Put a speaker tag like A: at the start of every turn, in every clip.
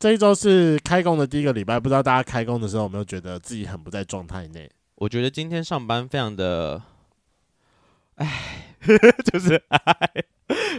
A: 这一周是开工的第一个礼拜，不知道大家开工的时候有没有觉得自己很不在状态内？
B: 我觉得今天上班非常的，哎， 就是哎，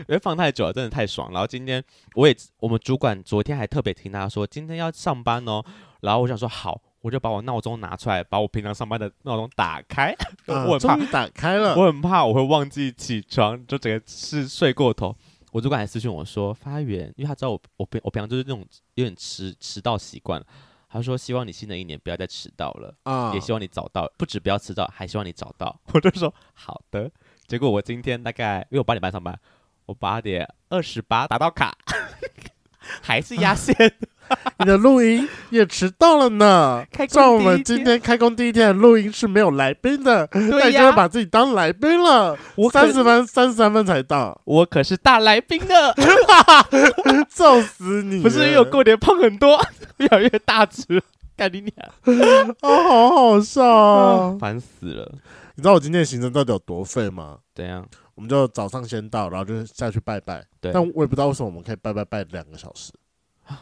B: 因为放太久了，真的太爽。然后今天我也，我们主管昨天还特别听他说今天要上班哦，然后我想说好，我就把我闹钟拿出来，把我平常上班的闹钟打开，
A: 啊
B: 呃我很怕
A: 终于打开了，
B: 我很怕我会忘记起床，就整个是睡过头。我主管还私讯我说发源，因为他知道我我平我平常就是那种有点迟迟到习惯了，他说希望你新的一年不要再迟到了。
A: 啊
B: 也希望你找到，不止不要迟到，还希望你找 到。我就说好的。结果我今天大概因为我八点半上班，我八点二十八打到卡， 还是 压线。
A: 你的录音也迟到了呢。
B: 开工
A: 照我
B: 第
A: 们
B: 一
A: 今
B: 天
A: 天开工第一天的录音是没有来宾的，那
B: 对
A: 你就会
B: 呀、
A: 把自己当来宾了。
B: 我可
A: 三十分，三十三分才到，
B: 我可是大来宾 呢，
A: 揍死你！
B: 不是因为我过年胖很多， 越来越大只，干你娘！
A: 哦，好好笑哦！
B: 烦死了。
A: 你知道我今天的行程到底有多废吗？
B: 怎样？
A: 我们就早上先到，然后就下去拜拜。
B: 对
A: 但我也不知道为什么我们可以拜拜拜两个小时，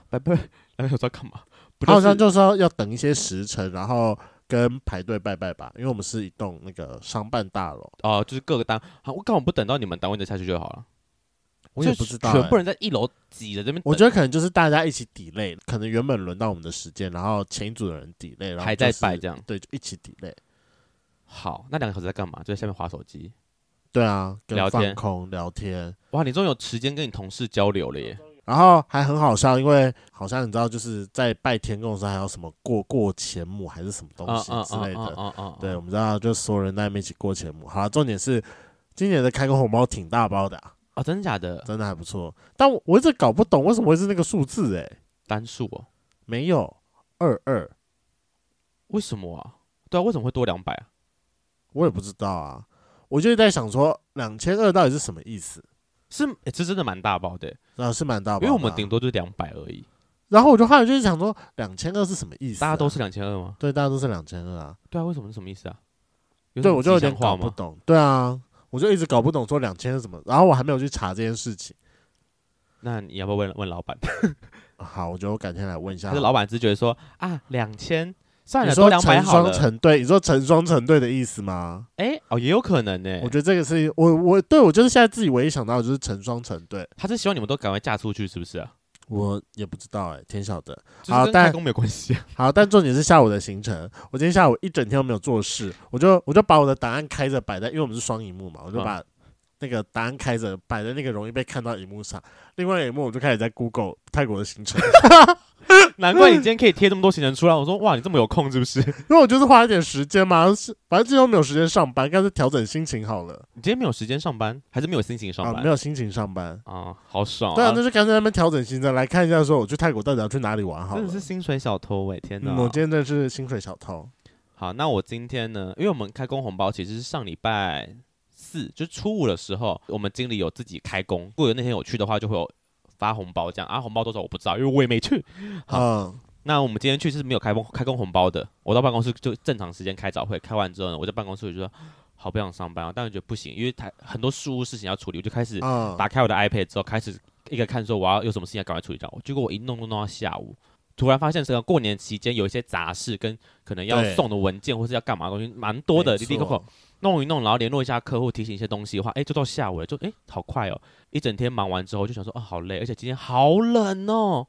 B: 拜拜。
A: 哎
B: 然后我说干嘛？不
A: 好像
B: 是
A: 就是要要等一些时辰，然后跟排队拜拜吧，因为我们是一栋那个商办大楼。
B: 哦、就是各个单，好我干嘛不等到你们单位再下去就好了？
A: 我也
B: 就
A: 不知道、
B: 全
A: 欸
B: 部，人在一楼挤着这边等，
A: 我觉得可能就是大家一起 delay，可能原本轮到我们的时间，然后前一组的人 delay，然后、就是、
B: 还在拜这样。
A: 对，就一起 delay。
B: 好，那两个小时在干嘛？就在下面划手机。
A: 对啊，跟
B: 聊
A: 放
B: 天
A: 空聊天，
B: 哇，你终于有时间跟你同事交流了耶！
A: 然后还很好笑，因为好像你知道，就是在拜天公的时候，还有什么过过前母还是什么东西之类的。
B: 啊啊
A: 对，我们知道，就所有人在那边一起过前母。好了，重点是今年的开工红包挺大包的、啊，
B: 啊，真的假的？
A: 真的还不错。但我我一直搞不懂为什么会是那个数字、欸，诶，
B: 单数哦？
A: 没有二二，
B: 为什么啊？对啊，为什么会多两百啊？
A: 我也不知道啊。我就在想说，两千二到底是什么意思？
B: 是，诶这真的蛮大包的耶，
A: 然后是蛮大包
B: 因
A: 的啊，
B: 为我们顶多就两百而已，
A: 然后我就后来就是想说，两千二是什么意思啊、
B: 大家都是两千二吗？
A: 对，大家都是两千二啊。
B: 对啊，为什么是什么意思啊？
A: 对，我就有
B: 点
A: 点搞
B: 话
A: 不
B: 吗？
A: 懂。对啊，我就一直搞不懂说两千是什么，然后我还没有去查这件事情。
B: 那你要不要问问老板？
A: 好，我觉得我改天来问一下
B: 还是。老板只是觉得说啊，两千算
A: 啊你
B: 了，多
A: 说
B: 两百
A: 成
B: 好
A: 双
B: 了。
A: 成对，你说成双成对的意思吗？
B: 哎，哦，也有可能呢。
A: 我觉得这个是我我对我就是现在自己唯一想到的就是成双成对，
B: 他是希望你们都赶快嫁出去，是不是啊？
A: 我也不知道哎、天晓得。
B: 就是跟
A: 但
B: 开工没有关系啊。
A: 好，但重点是下午的行程，我今天下午一整天都没有做事，我就我就把我的档案开着摆在，因为我们是双荧幕嘛，我就把
B: 嗯
A: 那个档案开着摆在那个容易被看到荧幕上，另外一个荧幕我就开始在 Google 泰国的行程，
B: 难怪你今天可以贴这么多行程出来。我说哇，你这么有空是不 是？
A: 因为我就是花一点时间嘛，是反正今天都没有时间上班，干脆调整心情好了
B: 你今天没有时间上班，还是没有心情上
A: 啊，
B: 班？
A: 没有心情上班。
B: 啊，好爽
A: 对啊
B: 啊，！
A: 那就干脆在那边调整行程，来看一下，说我去泰国到底要去哪里玩好
B: 真
A: 了
B: 的。是薪水小偷哎、天哪！
A: 嗯，我今天真的是薪水小偷。
B: 好，那我今天呢，因为我们开工红包其实是上礼拜四，就是初五的时候，我们经理有自己开工，如果有那天有去的话，就会有发红包这样啊。红包多少我不知道，因为我也没去。好
A: 嗯，
B: 那我们今天去是没有开工开工红包的，我到办公室就正常时间开早会，开完之后呢，我在办公室我就说好不想上班啊，但我觉得不行，因为台很多事务事情要处理，我就开始
A: 啊
B: 打开我的 iPad 之后，开始一个看说我要有什么事情要赶快处理掉。结果我一弄弄弄到下午，突然发现这个过年期间有一些杂事跟可能要
A: 对
B: 送的文件或是要干嘛的东西蛮多的，立立刻弄一弄，然后联络一下客户，提醒一些东西的话，哎，就到下午了，就哎好快哦，一整天忙完之后就想说，哦好累，而且今天好冷哦。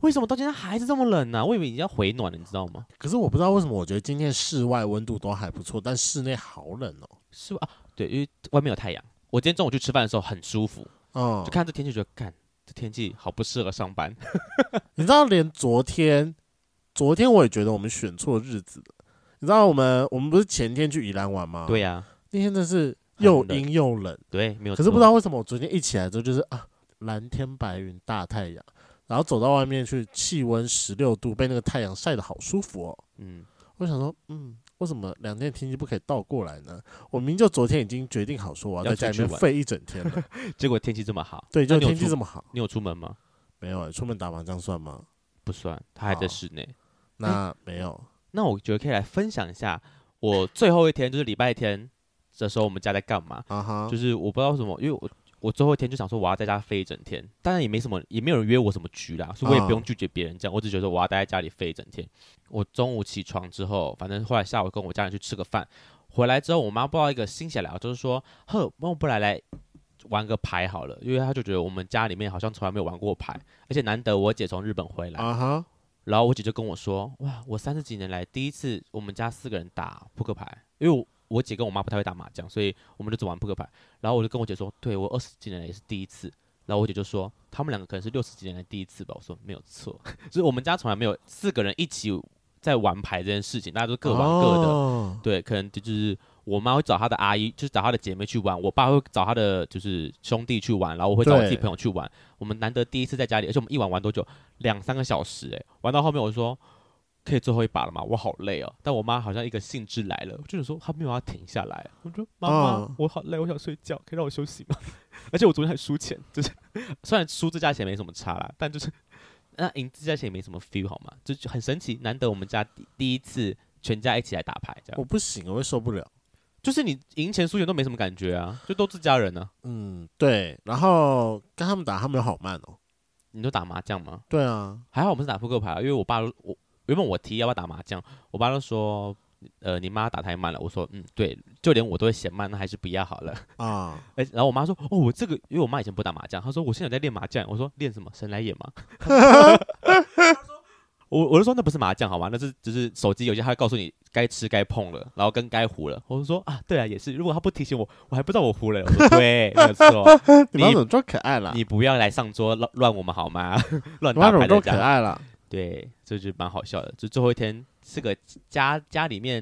B: 为什么到今天还是这么冷啊呢、我以为已经要回暖了，你知道吗？
A: 可是我不知道为什么，我觉得今天室外温度都还不错，但室内好冷哦。
B: 是吧？啊，对，因为外面有太阳。我今天中午去吃饭的时候很舒服，
A: 嗯
B: 就，看这天气觉得，干这天气好不适合上班。
A: 你知道，连昨天，昨天我也觉得我们选错日子了。你知道，我们我们不是前天去宜兰玩吗？
B: 对，呀、
A: 那天真是
B: 很
A: 又
B: 冷
A: 阴又冷，
B: 对，没有错。
A: 可是不知道为什么我昨天一起来之后就是啊，蓝天白云大太阳，然后走到外面去，气温十六度，被那个太阳晒得好舒服哦。
B: 嗯，
A: 我想说，嗯，为什么两天天气不可以倒过来呢？我明明就昨天已经决定好说我要
B: 要
A: 在家里
B: 出去
A: 面
B: 玩
A: 废一整天了，
B: 结果天气这么好，
A: 对，就
B: 那你有
A: 天气
B: 出
A: 这么好，
B: 你有出门吗？
A: 没有、欸、出门打麻将算吗？
B: 不算，他还在
A: 好
B: 室内。
A: 那没有，
B: 那我觉得可以来分享一下，我最后一天就是礼拜天的时候，我们家在干嘛？
A: 啊哈，
B: 就是我不知道为什么，因为我我最后一天就想说我要在家飞一整天，当然也没什么，也没有人约我什么局啦，所以我也不用拒绝别人这样，我只觉得我要待在家里飞一整天。我中午起床之后，反正后来下午跟我家人去吃个饭，回来之后我妈不知道一个心血来潮，就是说呵，那我不然来。玩个牌好了，因为她就觉得我们家里面好像从来没有玩过牌，而且难得我姐从日本回来，
A: 啊哈，
B: 然后我姐就跟我说：“哇，我三十几年来第一次我们家四个人打扑克牌，因为我我姐跟我妈不太会打麻将，所以我们就只玩扑克牌。”然后我就跟我姐说：“对我二十几年来也是第一次。”然后我姐就说：“他们两个可能是六十几年来第一次吧。”我说：“没有错，就是我们家从来没有四个人一起在玩牌这件事情，大家都各玩各的。
A: 的，
B: 对，可能就是我妈会找她的阿姨，就是找她的姐妹去玩，我爸会找他的就是兄弟去玩，然后我会找我自己
A: 对
B: 朋友去玩。我们难得第一次在家里，而且我们一玩玩多久？两三个小时、欸，玩到后面我就说可以最后一把了嘛，我好累哦。但我妈好像一个兴致来了，我就是说她没有要停下来，我说妈妈，
A: 嗯
B: 我好累，我想睡觉，可以让我休息吗？ 而且我昨天还输钱，就是 虽然输这价钱没什么差啦，但就是那赢这价钱也没什么 feel 好吗？就就很神奇，难得我们家第第一次全家一起来打牌，这样
A: 我不行，我会受不了。
B: 就是你赢钱输钱都没什么感觉啊，就都自家人呢、啊。
A: 嗯，对，然后跟他们打，他们好慢哦。
B: 你都打麻将吗？
A: 对啊，
B: 还好我们是打扑克牌啊，因为我爸就我原本我提要不要打麻将，我爸就说，呃，你妈打太慢了。我说，嗯，对，就连我都会嫌慢，那还是不要好了。
A: 啊，
B: 哎、然后我妈说，哦，我这个，因为我妈以前不打麻将，她说我现在有在练麻将。我说嗯练什么？神来也吗？我我就说那不是麻将好吗？那是只是手机有些它会告诉你该吃该碰了，然后跟该胡了。我就说啊，对啊，也是。如果他不提醒我，我还不知道我胡了。我说对，没有错，
A: 你妈怎么这么可爱啦？
B: 你不要来上桌乱乱我们好吗？ 乱
A: 你妈
B: 打
A: 怎么这
B: 牌的呃
A: 么可
B: 家，
A: 爱啦？
B: 对，这就蛮好笑的。就最后一天是个家家里面，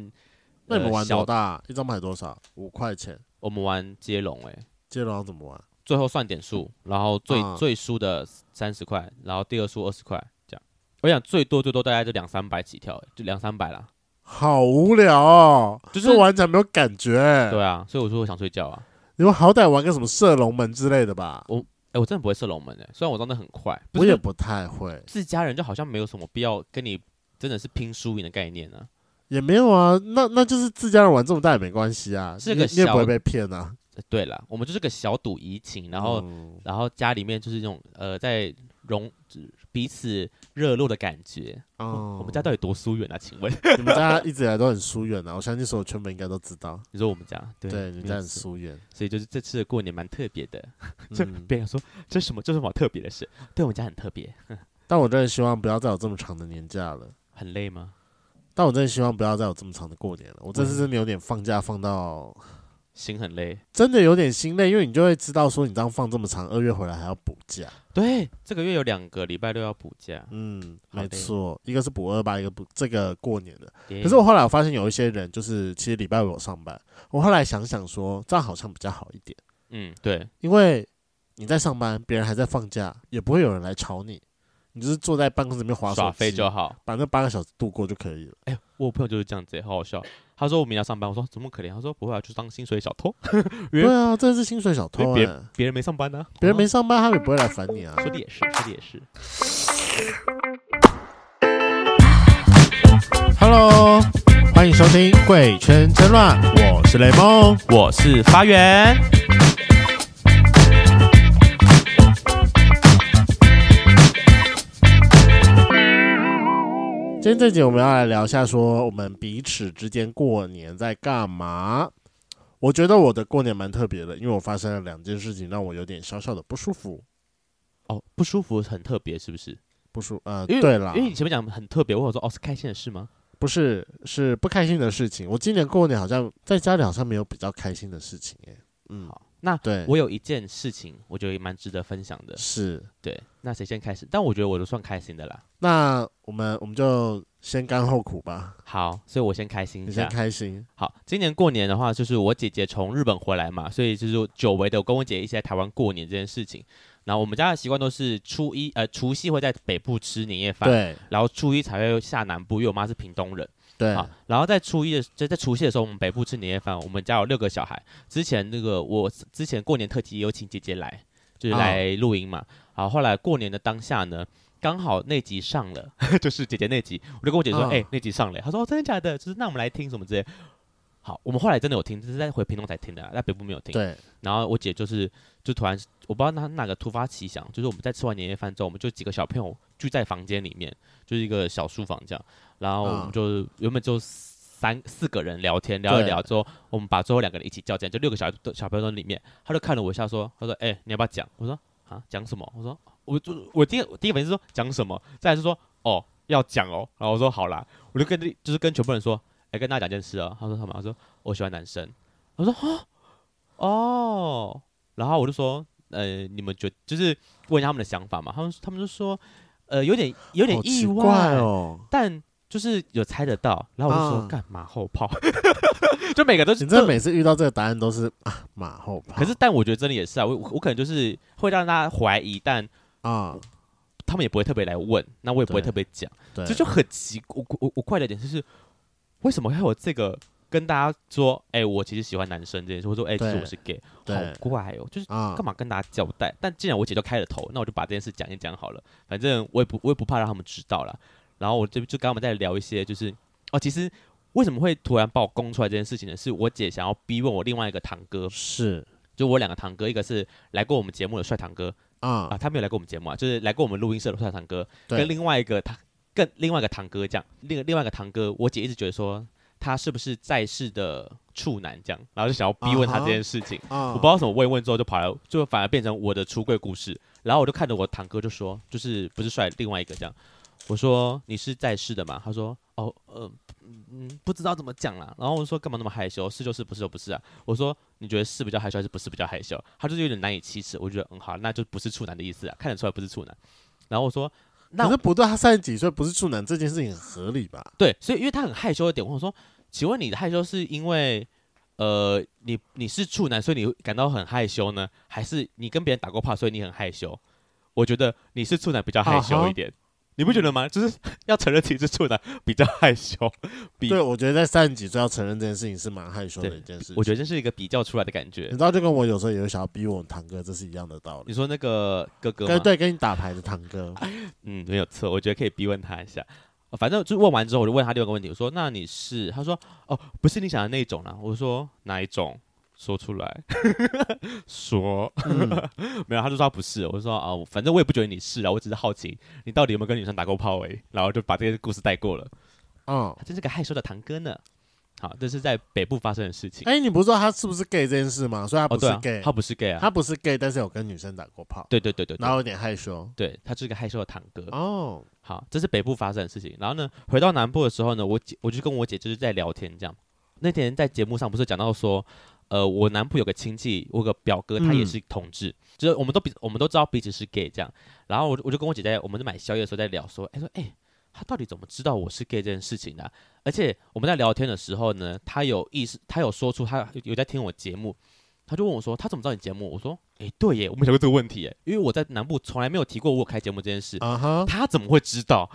A: 那你们
B: 呃
A: 玩
B: 小
A: 多大啊？一张牌多少？五块钱。
B: 我们玩接龙哎、
A: 接龙要怎么玩？
B: 最后算点数，然后最、
A: 啊
B: 最输的三十块，然后第二输二十块，这样。我想最多最多大概就两三百起跳，就两三百啦。
A: 好无聊哦，
B: 就是
A: 这玩起来没有感觉。
B: 对啊，所以我说我想睡觉啊。
A: 你们好歹玩个什么射龙门之类的吧？
B: 哎、我真的不会射龙门的、虽然我装的很快，不
A: 我
B: 是
A: 也不太会，
B: 自家人就好像没有什么必要跟你真的是拼输赢的概念啊。
A: 也没有啊。那那就是自家人玩这么大也没关系啊，
B: 是
A: 你
B: 个
A: 你也
B: 小
A: 不会被骗啊。
B: 呃对啦，我们就是个小赌怡情，然后、
A: 嗯
B: 然后家里面就是那种呃在融彼此热络的感觉。
A: 哦
B: 我们家到底多疏远啊？请 问
A: 你们家一直以来都很疏远啊，我相信所有圈粉应该都知道。
B: 你说我们家 对
A: 对，你
B: 没
A: 们家
B: 有
A: 很
B: 错
A: 疏远。
B: 所以就是这次的过年蛮特别的。 这
A: 嗯，
B: 别人说这什么这是什么特别的事？对我们家很特别，
A: 但我真的希望不要再有这么长的年假了。
B: 很累吗？
A: 但我真的希望不要再有这么长的过年了。我这
B: 嗯
A: 次真的有点放假放到
B: 心很累。
A: 真的有点心累，因为你就会知道说你这样放这么长，二月回来还要补假。
B: 对，这个月有两个礼拜六要补假。
A: 嗯，
B: 好
A: 没
B: 的
A: 错，一个是补二八，一个补这个过年的。
B: 可
A: 可是我后来我发现有一些人就是其实礼拜五有上班，我后来想想说这样好像比较好一点，
B: 嗯，对，
A: 因为你在上班，别人还在放假，也不会有人来吵你，你就是坐在办公室里面划
B: 耍
A: 手
B: 飞
A: 机，
B: 就好。
A: 把那八个小时度过就可以了。
B: 哎，我有朋友就是这样子，好好笑。他说我明天要上班，我说怎么可怜？他说不会啊，就是当薪水小偷，别
A: 对啊，这是薪水小偷、
B: 别
A: 哎
B: 别人没上班呢、啊
A: 别人没上班，他们也不会来烦你啊。
B: 说的也是，说的也是。
A: Hello，欢迎收听《贵圈争乱》，我是雷梦。
B: 我是发源。
A: 今天这集我们要来聊一下，说我们彼此之间过年在干嘛。我觉得我的过年蛮特别的，因为我发生了两件事情，让我有点小小的不舒服。
B: 哦，不舒服很特别，是不是？
A: 不舒呃，
B: 因为
A: 对啦
B: 因，为你前面讲很特别，我有说哦是开心的事吗？
A: 不是是不开心的事情。我今年过年好像在家里好像没有比较开心的事情耶。嗯，
B: 好，那
A: 对，
B: 我有一件事情，我觉得也蛮值得分享的。
A: 是。
B: 对，那谁先开始？但我觉得我都算开心的啦。
A: 那我们我们就先甘后苦吧，
B: 好，所以我先开心一
A: 你
B: 下
A: 先。开心。
B: 好，今年过年的话，就是我姐姐从日本回来嘛，所以就是久违的我跟我姐一起在台湾过年这件事情。然后我们家的习惯都是初一呃除夕会在北部吃年夜饭，
A: 对
B: 然后初一才会下南部，因为我妈是屏东人
A: 对
B: 啊。然后在初一的就在除夕的时候，我们北部吃年夜饭，我们家有六个小孩。之前那个我之前过年特辑也有请姐姐来，就是
A: 哦
B: 来录音嘛。好，后来过年的当下呢。刚好那集上了， 就是姐姐那集，我就跟我姐说：“
A: 嗯
B: 哎、那集上了。”她说：“哦，真的假的？就是那我们来听什么之类。”好，我们后来真的有听，这是在回屏东才听的啊，在北部没有听。
A: 对，
B: 然后我姐就是就突然我不知道哪哪个突发奇想，就是我们在吃完年夜饭之后，我们就几个小朋友聚在房间里面，就是一个小书房这样，然后我
A: 嗯
B: 们就、原本就三四个人聊天聊一
A: 对
B: 聊之后，我们把最后两个人一起叫进来，就六个小小朋友都里面，他就看了我一下说，他说哎、你要不要讲？我说啊讲什么？我说哦我就我第一我第一个反应是说讲什么，再来是说哦要讲哦，然后我说好啦，我就跟就是跟全部人说，哎、跟大家讲件事啊，他说什么？他说我喜欢男生，我说啊哦，然后我就说，呃，你们觉就是问一下他们的想法嘛，他们他们就说，呃，有点有点
A: 好
B: 意
A: 奇
B: 外，
A: 怪哦。
B: 但就是有猜得到，然后我就说、
A: 嗯
B: 干嘛后炮， 就每个都是
A: 你真的每次遇到这个答案都是啊马后炮，
B: 可是但我觉得真的也是啊，我我我可能就是会让大家怀疑，但
A: 啊，
B: 他们也不会特别来问，那我也不会
A: 对
B: 特别讲。
A: 对，
B: 这就很奇，我我我怪的点就是，为什么要有这个跟大家说，哎、我其实喜欢男生这件事，或者说，哎、其实
A: 对
B: 我是 gay，好
A: 对
B: 怪哦，就是
A: 啊，
B: 干嘛跟大家交代？但既然我姐都开了头，那我就把这件事讲一讲好了，反正我也不我也不怕让他们知道了。然后我就就跟他们在聊一些，就是哦，其实为什么会突然把我供出来这件事情呢？是我姐想要逼问我另外一个堂哥，
A: 是
B: 就我两个堂哥，一个是来过我们节目的帅堂哥啊，
A: 啊，
B: 他没有来过我们节目啊，就是来过我们录音室的帅堂哥，跟
A: 对
B: 另外一个堂，跟另外一个堂哥这样，另另外一个堂哥，我姐一直觉得说他是不是在世的处男这样，然后就想要逼问他
A: 啊哈
B: 这件事情。
A: 啊，
B: 我不知道什么问一问之后，就跑来，就反而变成我的出柜故事。然后我就看着我堂哥就说，就是不是帅另外一个这样，我说你是在世的吗？他说哦，呃，嗯，不知道怎么讲啦。然后我说干嘛那么害羞？是就是，不是就不是啊。我说你觉得是比较害羞还是不是比较害羞？他就是有点难以启齿。我觉得嗯好，那就不是处男的意思啊，看得出来不是处男。然后我说那
A: 可是不对，他三十几岁不是处男这件事情很合理吧？
B: 对，所以因为他很害羞的点，我想说，请问你的害羞是因为呃，你你是处男，所以你感到很害羞呢，还是你跟别人打过炮，所以你很害羞？我觉得你是处男比较害羞一点。你不觉得吗？就是 要承认自己是处男比较害羞，比
A: 对，我觉得在三十几岁要承认这件事情是蛮害羞的
B: 对
A: 一件事情。
B: 我觉得这是一个比较出来的感
A: 你
B: 觉
A: 知。道，就跟我有时候也会想要逼我堂哥，这是一样的道
B: 你
A: 理。
B: 说那个哥哥吗
A: 跟？对跟你打牌的堂哥，
B: 嗯，没有错，我觉得可以逼问他一下。呃反正就问完之后，我就问他第二个问题，我说：“那你是？”他说：“哦，不是你想的那一种啦、啊我说：“哪一种？说出来。” 说、
A: 嗯
B: 没有，他就说他不是。我说：“啊、我反正我也不觉得你是啊，我只是好奇你到底有没有跟女生打过炮而已。”然后就把这个故事带过了。
A: 嗯，
B: 他真是个害羞的堂哥呢。好，这是在北部发生的事情。
A: 哎，你不是说他是不是 gay 这件事吗？所以他
B: 哦，
A: 不
B: 对
A: 是
B: 啊
A: gay，，
B: 他不是 gay 啊。
A: 他不是 gay，但是有跟女生打过炮，
B: 对对对对
A: 然
B: 对，
A: 后有点害羞。
B: 对他是个害羞的堂哥。
A: 哦，
B: 好，这是北部发生的事情。然后呢，回到南部的时候呢，我姐我就跟我姐就是在聊天这样。那天在节目上不是讲到说，呃，我南部有个亲戚，我有个表哥，他也
A: 嗯
B: 是同志，就是我们都彼我们都知道彼此是 gay 这样。然后我就我就跟我姐在我们在买宵夜的时候在聊说，哎说哎，他到底怎么知道我是 gay 这件事情的啊、而且我们在聊天的时候呢，他有意识，他有说出他有在听我节目，他就问我说他怎么知道你节目？我说哎对耶，我没想过这个问题耶，因为我在南部从来没有提过我有开节目这件事。
A: 啊哈，
B: 他怎么会知道？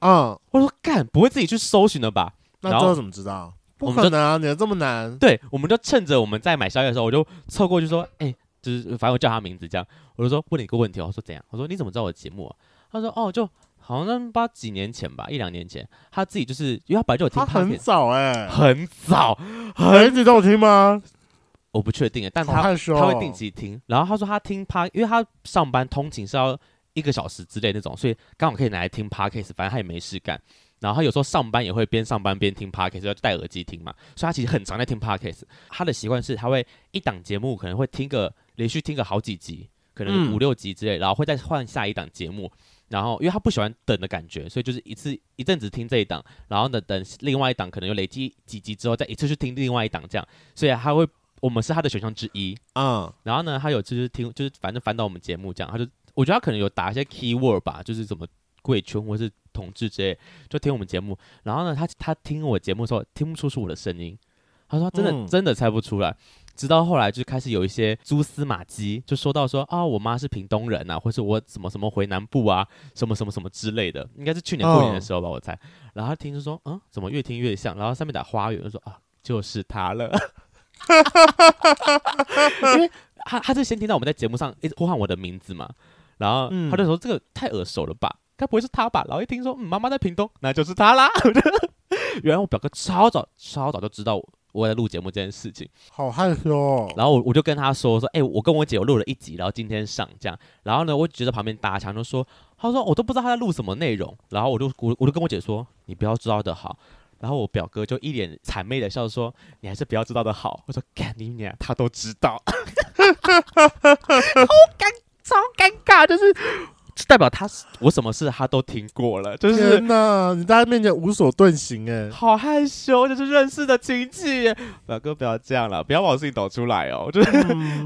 A: 嗯，
B: 我说干，不会自己去搜寻的吧？
A: 那
B: 然
A: 最
B: 后
A: 后怎么知道？不
B: 我们
A: 可
B: 就
A: 能啊，你的这么难。
B: 对，我们就趁着我们在买宵夜的时候，我就凑过去说，哎、就是反正我叫他名字这样，我就说问你一个问题哦，我说怎样？我说你怎么知道我的节目、啊？他说哦，就好像不知道几年前吧，一两年前，他自己就是因为他本来就有听
A: 他很
B: podcast，
A: 早哎、
B: 很早，
A: 欸，你都有听吗？
B: 我不确定耶，但
A: 好
B: 他
A: 害羞、哦，
B: 他会定期听。然后他说他听 p 因为他上班通勤是要一个小时之类那种，所以刚好可以拿来听 podcast，反正他也没事干。然后他有时候上班也会边上班边听 podcast，要戴耳机听嘛，所以他其实很常在听 podcast。他的习惯是他会一档节目可能会听个连续听个好几集，可能
A: 嗯
B: 五六集之类，然后会再换下一档节目。然后，因为他不喜欢等的感觉，所以就是一次一阵子听这一档，然后呢等另外一档可能有累积几集之后，再一次去听另外一档这样，所以他会我们是他的选项之一。
A: 嗯，
B: 然后呢，他有就是听，就是反正翻到我们节目这样，他就我觉得他可能有打一些 keyword 吧，就是什么贵圈或是同志之类，就听我们节目。然后呢，他他听我节目的时候听不出是我的声音，他说他真的、
A: 嗯
B: 真的猜不出来。直到后来就开始有一些蛛丝马迹，就说到说啊，我妈是屏东人啊，或是我怎么什么回南部啊，什么什么什么之类的，应该是去年过年的时候吧，我猜。然后他听就说，嗯，怎么越听越像？然后上面打花园，就说啊，就是他了。因为他他就先听到我们在节目上一直呼喊我的名字嘛，然后
A: 嗯
B: 他就说这个太耳熟了吧，该不会是他吧？然后一听说嗯妈妈在屏东，那就是他啦。 原来我表哥超早超早就知道我我在录节目这件事情，
A: 好害羞哦。
B: 然后我我就跟他说说，哎、我跟我姐我录了一集，然后今天上这样。然后呢，我姐在旁边搭腔就说，他说我都不知道他在录什么内容。然后我就我我就跟我姐说，你不要知道的好。然后我表哥就一脸谄媚的笑说，你还是不要知道的好。我说干你娘， 他都知道，好尴超尴尬，就是就代表他我什么事他都听过了，就是
A: 天哪，你在他面前无所遁形哎！
B: 好害羞，就是认识的亲戚耶。表哥不要这样了，不要把我事情抖出来哦， 就是、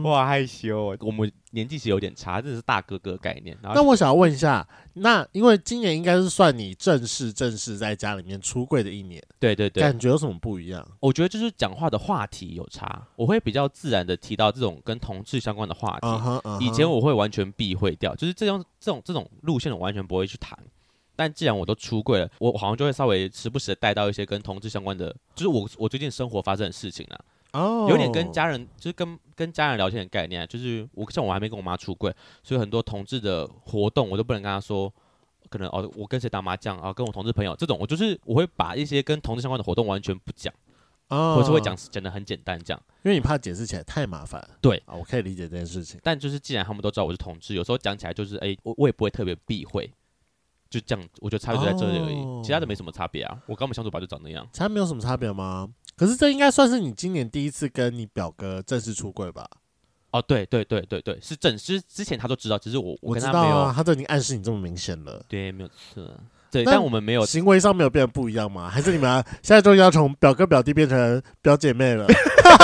B: 我好害羞哦。我们年纪其实有点差，这是大哥哥概念。然
A: 那
B: 后
A: 我想要问一下，那因为今年应该是算你正式正式在家里面出柜的一年，
B: 对对对，
A: 感觉有什么不一样？
B: 我觉得就是讲话的话题有差，我会比较自然的提到这种跟同志相关的话题。
A: 啊哈啊哈
B: 以前我会完全避讳掉，就是这种这种这种路线我完全不会去谈。但既然我都出柜了，我好像就会稍微时不时的带到一些跟同志相关的，就是我我最近生活发生的事情啊。
A: 哦
B: 有点跟家人，就是跟跟家人聊天的概念啊，就是我像我还没跟我妈出柜，所以很多同志的活动我都不能跟她说，可能哦，我跟谁打麻将啊，跟我同志朋友这种，我就是我会把一些跟同志相关的活动完全不讲，
A: 哦，
B: 或者是会讲讲的很简单这样。
A: 因为你怕解释起来太麻烦。
B: 对
A: 啊，我可以理解这件事情。
B: 但就是既然他们都知道我是同志，有时候讲起来就是哎、我我也不会特别避讳，就这样，我觉得差别就在这里而已，
A: 哦
B: 其他的没什么差别啊。我跟他们相处吧就长那样。
A: 其他没有什么差别吗？可是这应该算是你今年第一次跟你表哥正式出柜吧？
B: 哦，对对对对对，是正，就是之前他都知道，只是我我
A: 我
B: 跟
A: 知
B: 他
A: 道
B: 没有，
A: 啊，他都已经暗示你这么明显了，
B: 对，没有错。对，
A: 那
B: 但我们没有
A: 行为上没有变得不一样吗？还是你们啊、现在终于要从表哥表弟变成表姐妹 了？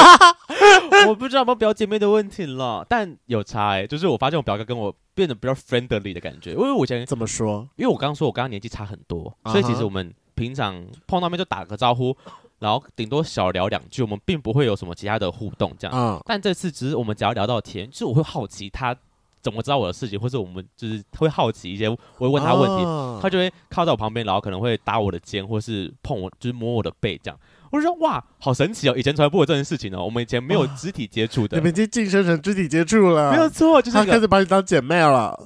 B: 我不知道有没有表姐妹的问题了，但有差哎、就是我发现我表哥跟我变得比较 friendly 的感觉，因为我以前，
A: 怎么说？
B: 因为我刚刚说我跟他年纪差很多，
A: 啊哈
B: 所以其实我们平常碰到面就打个招呼，然后顶多小聊两句，我们并不会有什么其他的互动这样。
A: 啊、
B: 但这次只是我们只要聊到天，就是我会好奇他怎么知道我的事情，或者我们就是会好奇一些，我会问他问题，
A: 啊
B: 他就会靠在我旁边，然后可能会搭我的肩，或是碰我，就是摸我的背这样。我就说哇，好神奇哦！以前从来不会有这件事情哦，我们以前没 有肢体接触的
A: 你，们已经晋升成肢体接触了，
B: 没有错，就是
A: 他
B: 一
A: 开
B: 个
A: 始把你当姐妹了。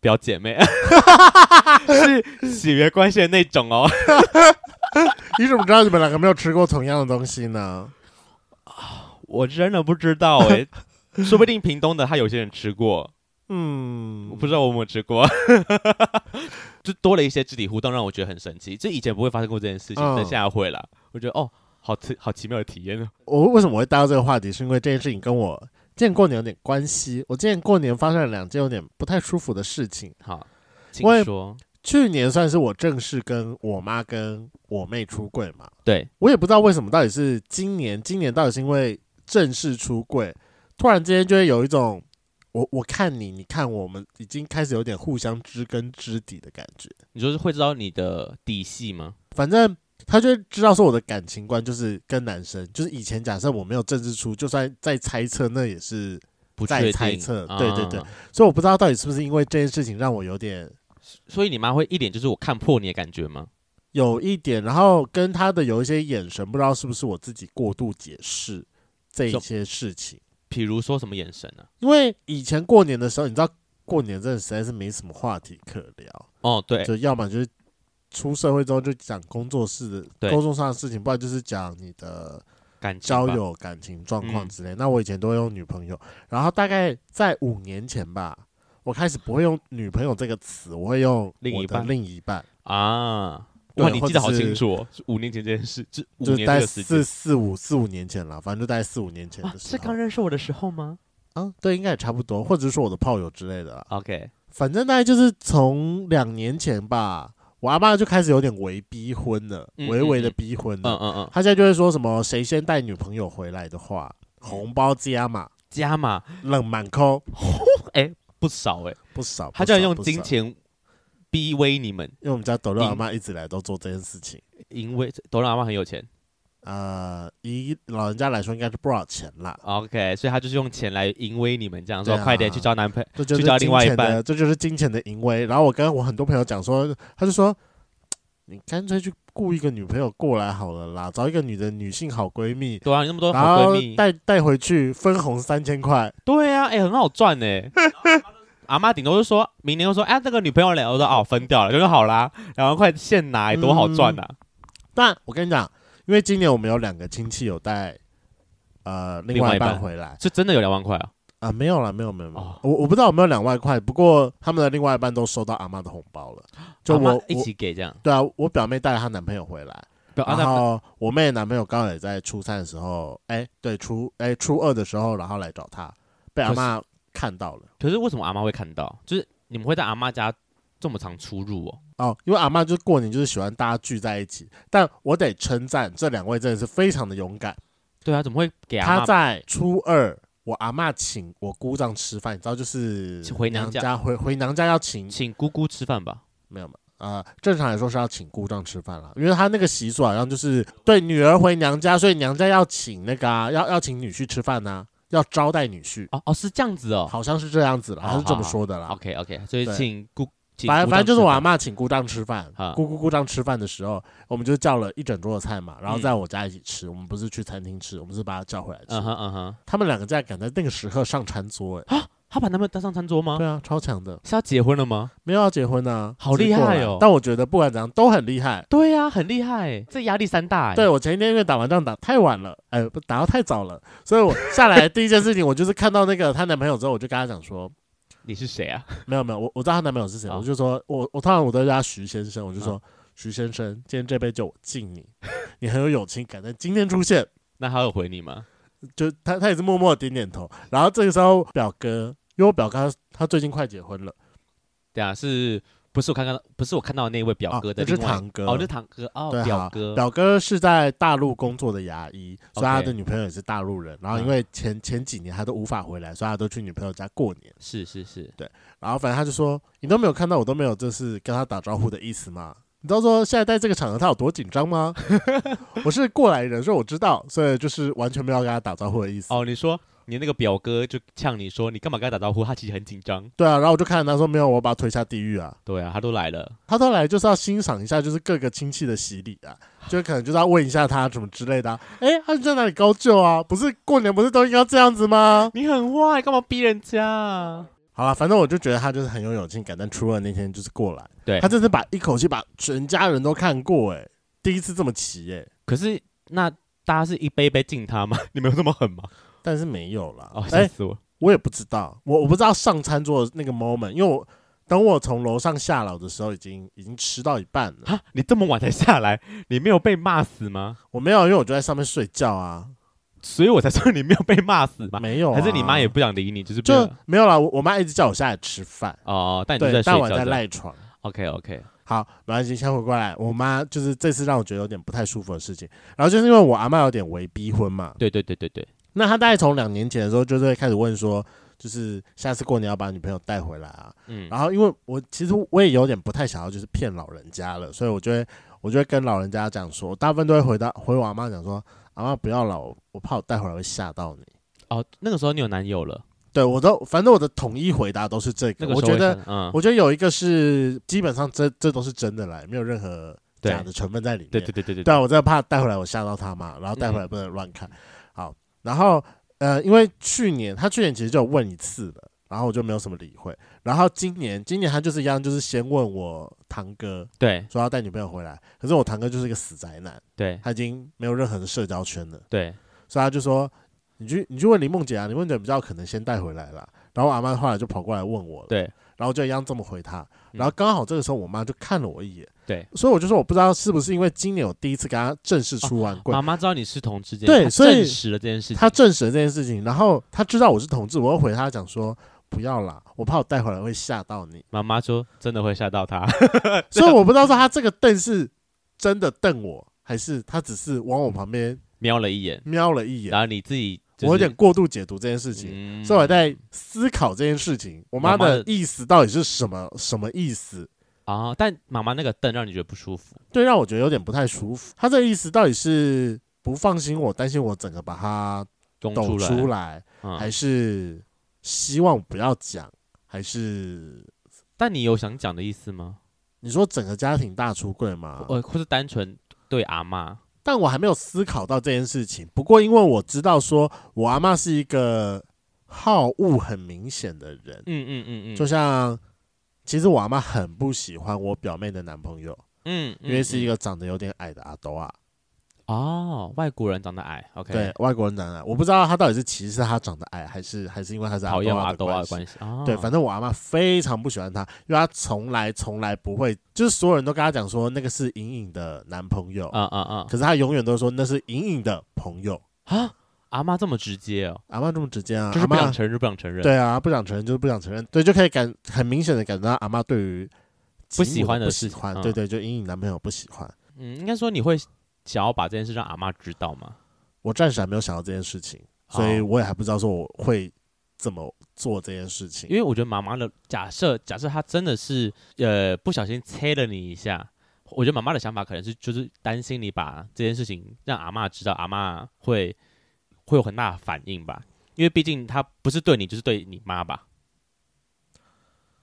B: 表姐妹，是血缘关系的那种哦。
A: 你怎么知道你们两个没有吃过同样的东西呢？
B: 我真的不知道哎， 说不定屏东的他有些人吃过，
A: 嗯，
B: 我不知道我有没有吃过， 就多了一些肢体互动，让我觉得很神奇。这以前不会发生过这件事情，
A: 嗯
B: 但现在会了。我觉得哦，好奇好奇妙的体验哦。
A: 我为什么会带到这个话题，是因为这件事情跟我今年过年有点关系。我今年过年发生了两件有点不太舒服的事情。
B: 好，
A: 我也
B: 请说。
A: 去年算是我正式跟我妈跟我妹出柜嘛，
B: 对，
A: 我也不知道为什么，到底是今年，今年到底是因为正式出柜，突然之间就会有一种我我看你，你看我们已经开始有点互相知根知底的感觉。
B: 你就是会知道你的底细吗？
A: 反正他就会知道说我的感情观就是跟男生，就是以前假设我没有正式出，就算在猜测，那也是，
B: 不
A: 再
B: 确定
A: 猜测
B: 啊
A: 对对对所以我不知道到底是不是因为这件事情让我有点
B: 所以你妈会一脸就是我看破你的感觉吗？
A: 有一点，然后跟他的有一些眼神，不知道是不是我自己过度解释这一些事情，
B: 比如说什么眼神啊呢、
A: 因为以前过年的时候，你知道过年真的实在是没什么话题可聊，
B: 哦，对，
A: 就要么就是。出社会之后就讲工作室的
B: 对
A: 工作上的事情，不然就是讲你的
B: 感情吧
A: 交友、感情状况
B: 嗯
A: 之类。那我以前都会用女朋友，然后大概在五年前吧，我开始不会用女朋友这个词，我会用
B: 另一
A: 我的
B: 半
A: 另一半，
B: 啊。
A: 对
B: 哇，你记得
A: 或
B: 好
A: 者是
B: 清楚、哦，是五年前这件事，这五
A: 就是
B: 年
A: 大
B: 这
A: 概
B: 个时间
A: 四四五四五年前了，反正就大概四五年前
B: 啊
A: 的，时
B: 是
A: 候
B: 刚认识我的时候吗
A: 啊，对，应该也差不多，或者是说我的炮友之类的啦。
B: ？OK，
A: 反正大概就是从两年前吧，我阿妈就开始有点微逼婚了，
B: 嗯
A: 微微的
B: 嗯嗯
A: 逼婚
B: 嗯
A: 了。
B: 嗯嗯，
A: 她现在就会说什么谁先带女朋友回来的话，
B: 嗯
A: 红包加码，
B: 加码
A: 冷满扣
B: 不少哎、
A: 不少。不
B: 他居然
A: 少
B: 用
A: 不
B: 金
A: 少
B: 钱嗯逼威你们，
A: 因为我们家抖乐阿
B: 赢
A: 妈一直以来都做这件事情。
B: 因为朵拉阿妈很有钱，
A: 呃，以老人家来说，应该是不少钱啦。
B: OK，所以他就是用钱来淫威你们，这样说、
A: 对啊
B: 快点去交男朋友。
A: 这就是
B: 去交另外
A: 金
B: 一
A: 钱的
B: 半
A: 这就是金钱的淫威。然后我跟我很多朋友讲说，他就说，你干脆去雇一个女朋友过来好了啦，找一个女的女性好闺蜜，
B: 对啊，你那么多
A: 然
B: 好
A: 后
B: 闺蜜，
A: 带带回去分红三千块，
B: 对啊，哎、很好赚 呢、阿妈顶多就说明年又说，哎、这个女朋友来，我说哦，分掉了，就说好啦，两万块现拿，哎多好赚呐、
A: 嗯但我跟你讲，因为今年我们有两个亲戚有带呃另
B: 另外
A: 外
B: 一
A: 一
B: 半
A: 半回来啊、
B: 是真的有两万块啊？
A: 没有啦，没有没有没有，
B: 哦
A: 我我不知道有没有两万块，不过他们的另外一半都收到阿妈的红包了，就
B: 阿嬷
A: 我
B: 一
A: 我
B: 起给这样，
A: 对啊，我表妹带了她男朋友回来，
B: 不要啊
A: 然
B: 那
A: 后我妹的男朋友刚好也在初三的时候，哎，对初哎初二的时候，然后来找她，被阿
B: 可是
A: 妈看到了
B: 可是为什么阿妈会看到？就是你们会在阿妈家这么常出入哦？
A: 哦，因为阿妈就是过年就是喜欢大家聚在一起，但我得称赞这两位真的是非常的勇敢。
B: 对啊，怎么会给阿
A: 他
B: 妈？
A: 在初二，我阿嬷请我姑丈吃饭，你知道就是
B: 请回娘家
A: 家，回回娘家要请
B: 请姑姑吃饭吧。
A: 没有嘛？呃，正常来说是要请姑丈吃饭啦，因为他那个习俗好像就是对女儿回娘家，所以娘家要请那个、啊、要要请女婿吃饭呐、要招待女婿，
B: 哦哦，是这样子哦。
A: 好像是这样子啦，
B: 好
A: 他是这么说的啦。
B: OK OK，所以
A: 对
B: 请姑，请
A: 反正
B: 姑
A: 反正
B: 丈
A: 就是
B: 吃
A: 我
B: 饭
A: 阿嬷请姑丈吃饭
B: 啊，
A: 姑姑姑丈吃饭的时候，我们就叫了一整桌的菜嘛，然后
B: 嗯
A: 在我家一起吃，我们不是去餐厅吃，我们是把他叫回来吃
B: 嗯。哼嗯哼，
A: 他们两个竟然敢在那个时刻上餐桌、哎。
B: 他把他们带上餐桌吗？
A: 对啊，超强的，
B: 是要结婚了吗？
A: 没有要结婚啊，
B: 好厉害哦
A: 只是过来但我觉得不管怎样都很厉害。
B: 对呀、很厉害欸，这压力山大哎。
A: 啊对我前一天因为打麻将打太晚了，哎，不打到太早了，所以我下来第一件事情，我就是看到那个她男朋友之后，我就跟她讲说，
B: 你是谁啊？
A: 没有没有，我我知道她男朋友是谁，
B: 哦
A: 我就说我我通常我都叫他徐先生，我就说、徐先生，今天这杯酒我敬你， 你很有友情感，在今天出现，
B: 那他有回你吗？
A: 就他他也是默默的点点头。然后这个时候表哥，因为我表哥他他最近快结婚了，
B: 对啊，是不是我看到不是我看到的那位表
A: 哦
B: 哥的
A: 那是
B: 另外
A: 堂哥
B: 哦，就是堂哥哦
A: 对，，
B: 表
A: 好
B: 哥
A: 表哥是在大陆工作的牙医，所以他
B: OK 嗯
A: 的女朋友也是大陆人。然后因为前前几年他都无法回来，所以他都去女朋友家过年。
B: 是是是，
A: 然后反正他就说：“你都没有看到我都没有就是跟他打招呼的意思吗？ 你知道说现在在这个场合他有多紧张吗？ 我是过来人，所以我知道，所以就是完全没有跟他打招呼的意思。
B: 哦，你说你那个表哥就呛你说你干嘛跟他打招呼？他其实很紧张。
A: 对啊，然后我就看着他说：没有，我要把他推下地狱啊！
B: 对啊，他都来了，
A: 他都来就是要欣赏一下，就是各个亲戚的洗礼啊，就可能就是要问一下他什么之类的、啊。哎，他在哪里高就啊？不是过年不是都应该要这样子吗？
B: 你很坏，干嘛逼人家啊？
A: 好了，反正我就觉得他就是很有友情感，但初二那天就是过来，
B: 对
A: 他，真是把一口气把全家人都看过、哎，第一次这么齐，哎，
B: 可是那大家是一杯一杯敬他吗？ 你们有这么狠吗？
A: 但是没有啦，哎、
B: 哦，吓死我！
A: 我也不知道，我我不知道上餐桌的那个 moment，因为我等我从楼上下楼的时候，已经已经吃到一半了，
B: 哈，你这么晚才下来，你没有被骂死吗？
A: 我没有，因为我就在上面睡觉啊，
B: 所以我才说你没有被骂死吗？
A: 没有啊、
B: 还是你妈也不想理你，就是不
A: 就
B: 想
A: 没有啦，我我妈一直叫我下来吃饭，
B: 哦，但你就
A: 对
B: 在，
A: 但
B: 睡
A: 我
B: 觉
A: 在
B: 这样。
A: 赖床。
B: OK OK，
A: 好，没关系，先回过来。我妈就是这次让我觉得有点不太舒服的事情，然后就是因为我阿妈有点微逼婚嘛，
B: 对对对对对，
A: 那他大概从两年前的时候，就是会开始问说，就是下次过年要把女朋友带回来啊。
B: 嗯，
A: 然后因为我其实我也有点不太想要就是骗老人家了，所以我就会我就会跟老人家讲说，我大部分都会回答回我阿妈讲说，阿妈不要了，我我怕我带回来会吓到你。
B: 哦，那个时候你有男友了，
A: 对我都反正我的统一回答都是这
B: 那
A: 个，
B: 个时
A: 我
B: 候
A: 觉
B: 会
A: 得。
B: 想，嗯，
A: 我觉得有一个是基本上这这都是真的来，没有任何
B: 对
A: 假的成分在里面。
B: 对对对对对，嗯
A: 对啊，我真的怕带回来我吓到他嘛，然后带回来不能乱看。好，然后呃，因为去年他去年其实就有问一次了，然后我就没有什么理会。然后今年今年他就是一样，就是先问我堂哥
B: 对
A: 说要带女朋友回来，可是我堂哥就是一个死宅男，
B: 对
A: 他已经没有任何的社交圈了，
B: 对，
A: 所以他就说你去你去问林梦姐啊，林梦姐比较可能先带回来啦。然后我阿妈后来就跑过来问我了，
B: 对，
A: 然后就一样这么回他，
B: 嗯
A: 然后刚好这个时候我妈就看了我一眼，
B: 对，
A: 所以我就说我不知道是不是因为今年我第一次跟她正式出完柜，
B: 哦啊妈妈知道你是同志这件，
A: 对
B: 她
A: 所以
B: 证实了这件事情，
A: 她证实了这件事情，然后她知道我是同志，我又回她讲说不要啦，我怕我带回来会吓到 你，
B: 妈妈说真的会吓到她，
A: 所以我不知道说她这个瞪是真的瞪我，还是她只是往我旁边
B: 瞄了一眼，
A: 瞄了一眼，
B: 然后你自己啊就是，
A: 我有点过度解读这件事情。
B: 嗯
A: 所以我在思考这件事情，我妈
B: 妈妈
A: 的
B: 的
A: 意思到底是什么？什么意思？
B: 哦啊，但妈妈那个瞪让你觉得不舒服，
A: 对，让我觉得有点不太舒服。他这个意思到底是不放心我，担心我整个把它
B: 供
A: 抖
B: 来，
A: 出来，还
B: 嗯，
A: 是希望不要讲，还是
B: 但你有想讲的意思吗？
A: 你说整个家庭大出柜吗？
B: 呃，或是单纯对阿妈？
A: 但我还没有思考到这件事情。不过因为我知道说我阿妈是一个好恶很明显的人，
B: 嗯嗯嗯嗯，
A: 就像其实我阿妈很不喜欢我表妹的男朋友，
B: 嗯，
A: 因为是一
B: 个
A: 个长得有点矮的阿斗啊，
B: 哦，外国人长得矮，OK，
A: 对，外国人长得矮，我不知道他到底是歧视他长得矮，还是还是因为他是
B: 讨厌
A: 阿
B: 阿
A: 斗
B: 斗
A: 啊
B: 啊
A: 的关系。
B: 关系啊，
A: 对，反正我阿妈非常不喜欢他，因为他从来从来不会，就是所有人都跟他讲说那个是隐隐的男朋友，
B: 啊啊啊
A: 可是他永远都说那是隐隐的朋友。
B: 啊，阿妈这么直接哦，
A: 阿妈这么直接啊，
B: 就是不
A: 阿嬷
B: 想承认就不想承认，，
A: 对啊，不想承认就是不想承认，对，就可以感很明显的感觉到阿妈对于
B: 不
A: 吉姆
B: 喜欢的
A: 不
B: 事
A: 喜
B: 情
A: 欢，
B: 嗯
A: 对对，就隐隐男朋友不喜欢。
B: 嗯，应该说你会想要把这件事让阿妈知道吗？
A: 我暂时还没有想到这件事情，所以
B: 哦
A: 我也还不知道说我会怎么做这件事情
B: 因。为我觉得妈妈的假设，假设她真的是呃不小心切了你一下，我觉得妈妈的想法可能是就是担心你把这件事情让阿嬷知道，阿嬷会会有很大的反应吧，因为毕竟她不是对你就是对你妈吧。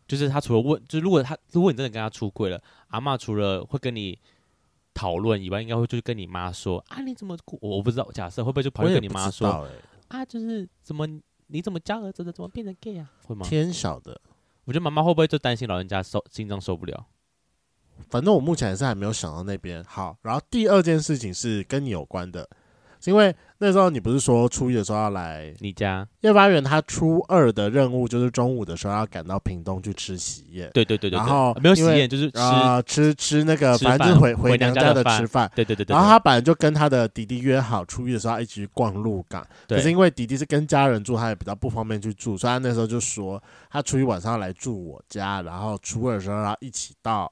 B: 就是她除了问，就是如果她如果你真的跟她出柜了，阿嬷除了会跟你讨论以外，应该会就是跟你妈说啊，你怎么我我不知道，假设会不会就跑
A: 我
B: 去
A: 也
B: 跟你
A: 不
B: 妈
A: 知
B: 说
A: 道欸，
B: 啊，就是怎么你怎么教儿子的，怎么变成 gay 啊？会吗？
A: 天晓得。
B: 我觉得妈妈会不会就担心老人家受心脏受不了？
A: 反正我目前还是还没有想到那边。好，然后第二件事情是跟你有关的，是因为那时候你不是说初一的时候要来
B: 你家？
A: 夜发园，他初二的任务就是中午的时候要赶到屏东去吃喜宴。
B: 对对对对对，
A: 然后
B: 没有喜
A: 因为
B: 宴就是吃，
A: 啊，吃吃那个，
B: 吃
A: 反正就
B: 饭
A: 是回
B: 回
A: 娘
B: 娘家的
A: 的
B: 饭
A: 吃饭。
B: 对对对对。
A: 然后他本来就跟他的弟弟约好，初一的时候要一起去逛鹿港，
B: 对
A: 可是因为弟弟是跟家人住，他也比较不方便去住，所以他那时候就说，他初一晚上要来住我家，然后初二的时候要一起到，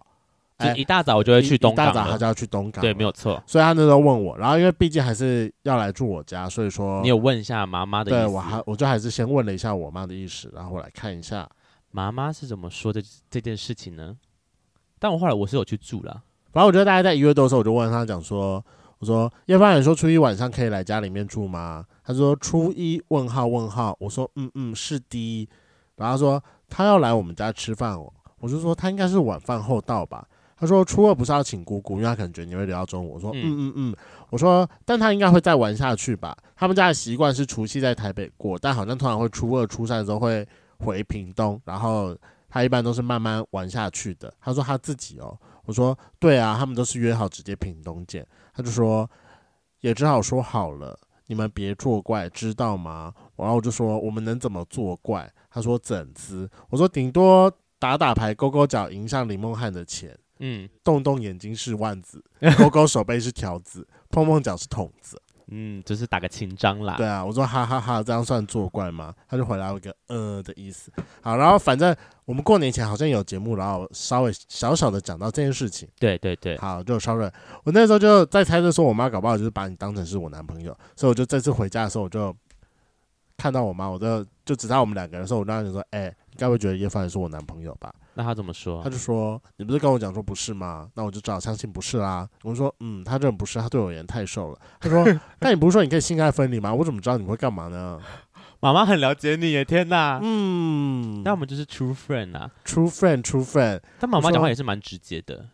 B: 对
A: 哎
B: 就一大早我就会
A: 一
B: 去东
A: 一大
B: 港
A: 早他
B: 了，
A: 就要去东港，
B: 对，没有。错。
A: 所以他那时候问我，然后因为毕竟还是要来住我家，所以说
B: 你有问一下妈妈的意思？
A: 哦对我还我就还是先问了一下我妈的意思，然后我来看一下，
B: 妈妈是怎么说的这件事情呢？但我后来我是有去住了，
A: 反正我觉得大概在一月多的时候，我就问他讲说，我说叶凡远说初一晚上可以来家里面住吗？他说初一问号问号，我说嗯嗯是的，然后他说他要来我们家吃饭哦，我就说他应该是晚饭后到吧。他说初二不是要请姑姑，因为他可能觉得你会留到中午。我说
B: 嗯
A: 嗯嗯嗯，我说但他应该会再玩下去吧。他们家的习惯是除夕在台北过，但好像通常会初二、初三的时候会回屏东，然后他一般都是慢慢玩下去的。他说他自己哦，我说对啊，他们都是约好直接屏东见。他就说也只好说好了，你们别作怪，知道吗？然后我就说我们能怎么作怪？他说整资，我说顶多打打牌、勾勾脚，赢上林梦汉的钱，
B: 嗯
A: 动动眼睛是腕子，勾勾手背是条子，碰碰脚是筒子。
B: 嗯，就是打个情章啦。
A: 对啊，我说哈哈哈这样算作怪吗？他就回答我一个呃的意思。好，然后反正我们过年前好像有节目，然后稍微小小的讲到这件事情。
B: 对对对
A: 好，就稍微，我那时候就在猜测说，我妈搞不好就是把你当成是我男朋友，所以我就这次回家的时候，我就看到我妈，我就就只差我们两个人的时候，我当时就说，哎、你该不会觉得叶凡是我男朋友吧？
B: 那他怎么说
A: 她？就说，你不是跟我讲说不是吗？那我就只好相信不是啦。我就说，嗯，他这不是，他对我而言太瘦了。她说， 那你不是说你可以性爱分离吗？我怎么知道你会干嘛呢？
B: 妈妈很了解你耶，天哪！
A: 嗯
B: 啊那我们就是 true friend 啊。
A: ，true friend，true friend，
B: 但妈妈
A: 我说
B: 讲话也是蛮直接的，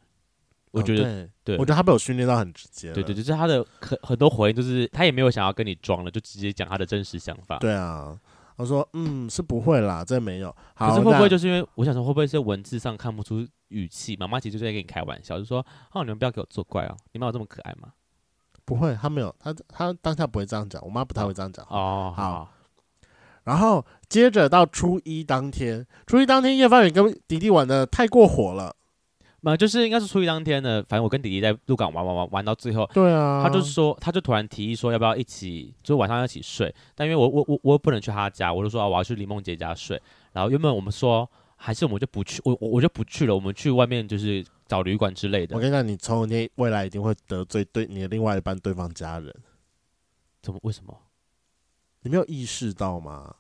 B: 我觉得
A: 哦
B: 对
A: 对，我觉得她被我训练到很直接了。
B: 对对，就是他的很很多回应，就是他也没有想要跟你装了，就直接讲他的真实想法。
A: 对啊。我说，嗯，是不会啦，真没有。好，
B: 可是会不
A: 那
B: 会就是因为我想说，会不会是文字上看不出语气？妈妈其实就在跟你开玩笑，就说：“哦，你们不要给我作怪哦，你们有这么可爱吗
A: 不会，他没有，他他当下不会这样讲，我妈不太会这样讲？”。
B: 哦，
A: 好，然后接着到初一当天，初一当天叶发远跟迪迪玩的太过火了，
B: 那就是应该是初一当天呢，反正我跟弟弟在鹿港玩玩玩玩到最后，
A: 对啊
B: 他就说，他就突然提议说要不要一起，就晚上要一起睡。但因为我我我我又不能去他家，我就说、啊、我要去林梦杰家睡。然后原本我们说还是我们就不去，我我我就不去了，我们去外面就是找旅馆之类的
A: 我。跟你讲，你从今天未来一定会得罪对你的另外一半对方家人，
B: 怎么为什么
A: 你没有意识到吗？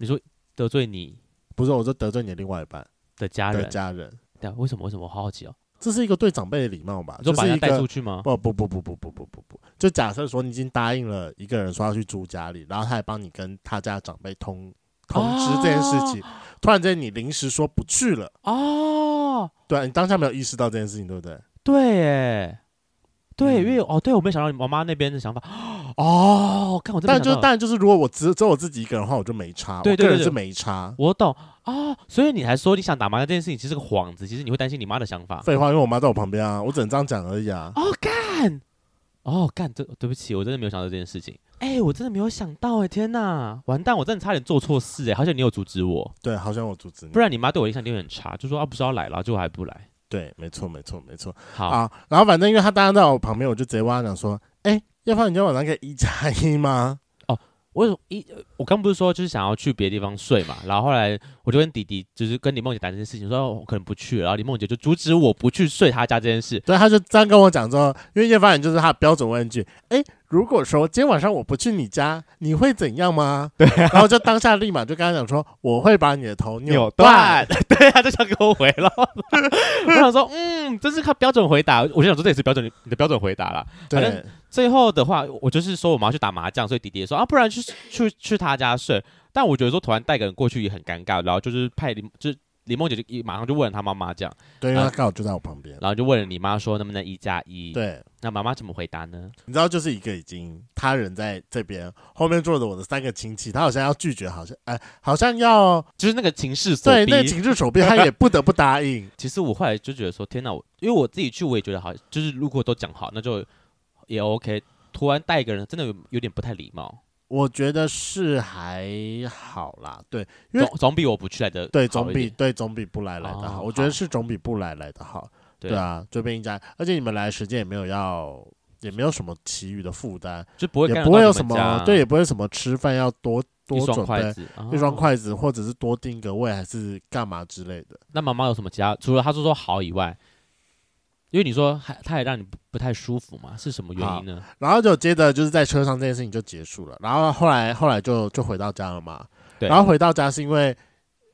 B: 得罪你
A: 不是，我说得罪你的另外一半
B: 的家
A: 的
B: 人？
A: 家人，
B: 对啊，为什么为什么？我好好奇哦。
A: 这是一个对长辈的礼貌吧？
B: 你
A: 就
B: 说把
A: 是
B: 人
A: 一
B: 家带
A: 个
B: 出去吗？
A: 不不不不不不不不不，就假设说你已经答应了一个人说要去住家里，然后他还帮你跟他家长辈通通知这件事情，突然间你临时说不去了，
B: 哦，
A: 对你当下没有意识到这件事情，对不对？
B: 对，哎，对，
A: 嗯
B: 因为哦，对我没有想到你妈妈那边的想法。哦，看我这
A: 但
B: 边想
A: 就
B: 到了，
A: 但就是，如果我只只有我自己一个人的话，我就没差，
B: 对对
A: 我个
B: 对
A: 人是
B: 对
A: 没差。
B: 我懂哦，所以你还说你想打麻将这件事情其实是个幌子，其实你会担心你妈的想法。
A: 废话，因为我妈在我旁边啊，我只能这样讲而已啊。
B: 哦干，哦干，对对不起，我真的没有想到这件事情。哎，我真的没有想到哎，天哪，完蛋，我真的差点做错事哎，好像你有阻止我，
A: 对，好像我阻止你
B: 不。然你妈对我印象一定会很差，就说啊不是要来了，结果还不来。
A: 对，没错，没错，没错。
B: 好，
A: 啊，然后反正因为他当然在我旁边，我就直接问他讲说：“哎，要不然你今天晚上可以一加一吗
B: 我有一呃我刚不是说就是想要去别的地方睡嘛，然后后来我就跟弟弟就是跟李梦姐谈这件事情，说哦我可能不去了，然后李梦姐就阻止我不去睡她家这件事？”。
A: 对，他就这样跟我讲说，因为叶凡就是他的标准问句：“哎，如果说今天晚上我不去你家，你会怎样吗？” 对、然后就当下立马就跟他讲说：“我会把你的头扭断。，
B: 对啊，就想给我回了。我想说，嗯，这是他标准回答，我就想说这也是标准你的标准回答啦。
A: 对”
B: 反最后的话，我就是说我们要去打麻将，所以弟弟也说啊，不然去去去他家睡。但我觉得说突然带个人过去也很尴尬，然后就是派李 就是李梦姐就一马上就问了她妈妈这样，
A: 对，因为他刚好就在我旁边。
B: 然后就问了你妈说能不能一加一？，
A: 对，
B: 那妈妈怎么回答呢？
A: 你知道，就是一个已经他人在这边，后面坐着我的三个亲戚，他好像要拒绝，好像哎、好像要
B: 就是那个情势所
A: 对
B: 逼。
A: 那情绪手臂，他也不得不答应。
B: 其实我后来就觉得说，天哪，我因为我自己去，我也觉得好，就是如果都讲好，那就也 OK。突然带一个人，真的有有点不太礼貌，
A: 我觉得是还好啦，对，因为
B: 总总比我不去来的
A: 对
B: 好
A: 总
B: 一
A: 比
B: 点
A: 对总比不来来的好，
B: 哦
A: 我觉得
B: 好
A: 是总比不来来的好。
B: 对
A: 对啊，就变一家，而且你们来的时间也没有要，也没有什么其余的负担，
B: 就不会干
A: 也
B: 扰
A: 不会
B: 到
A: 有
B: 你
A: 什么
B: 们家
A: 对，也不会什么吃饭要多
B: 一
A: 多
B: 双
A: 准
B: 筷
A: 备
B: 子，
A: 一双
B: 哦。
A: 筷子，或者是多订个位，还是干嘛之类的。
B: 那妈妈有什么其他？除了她说说好以外，因为你说还她也让你不不太舒服嘛，是什么原因呢？
A: 然后就接着就是在车上这件事情就结束了，然后后来后来就就回到家了嘛。
B: 对
A: 然后回到家是因为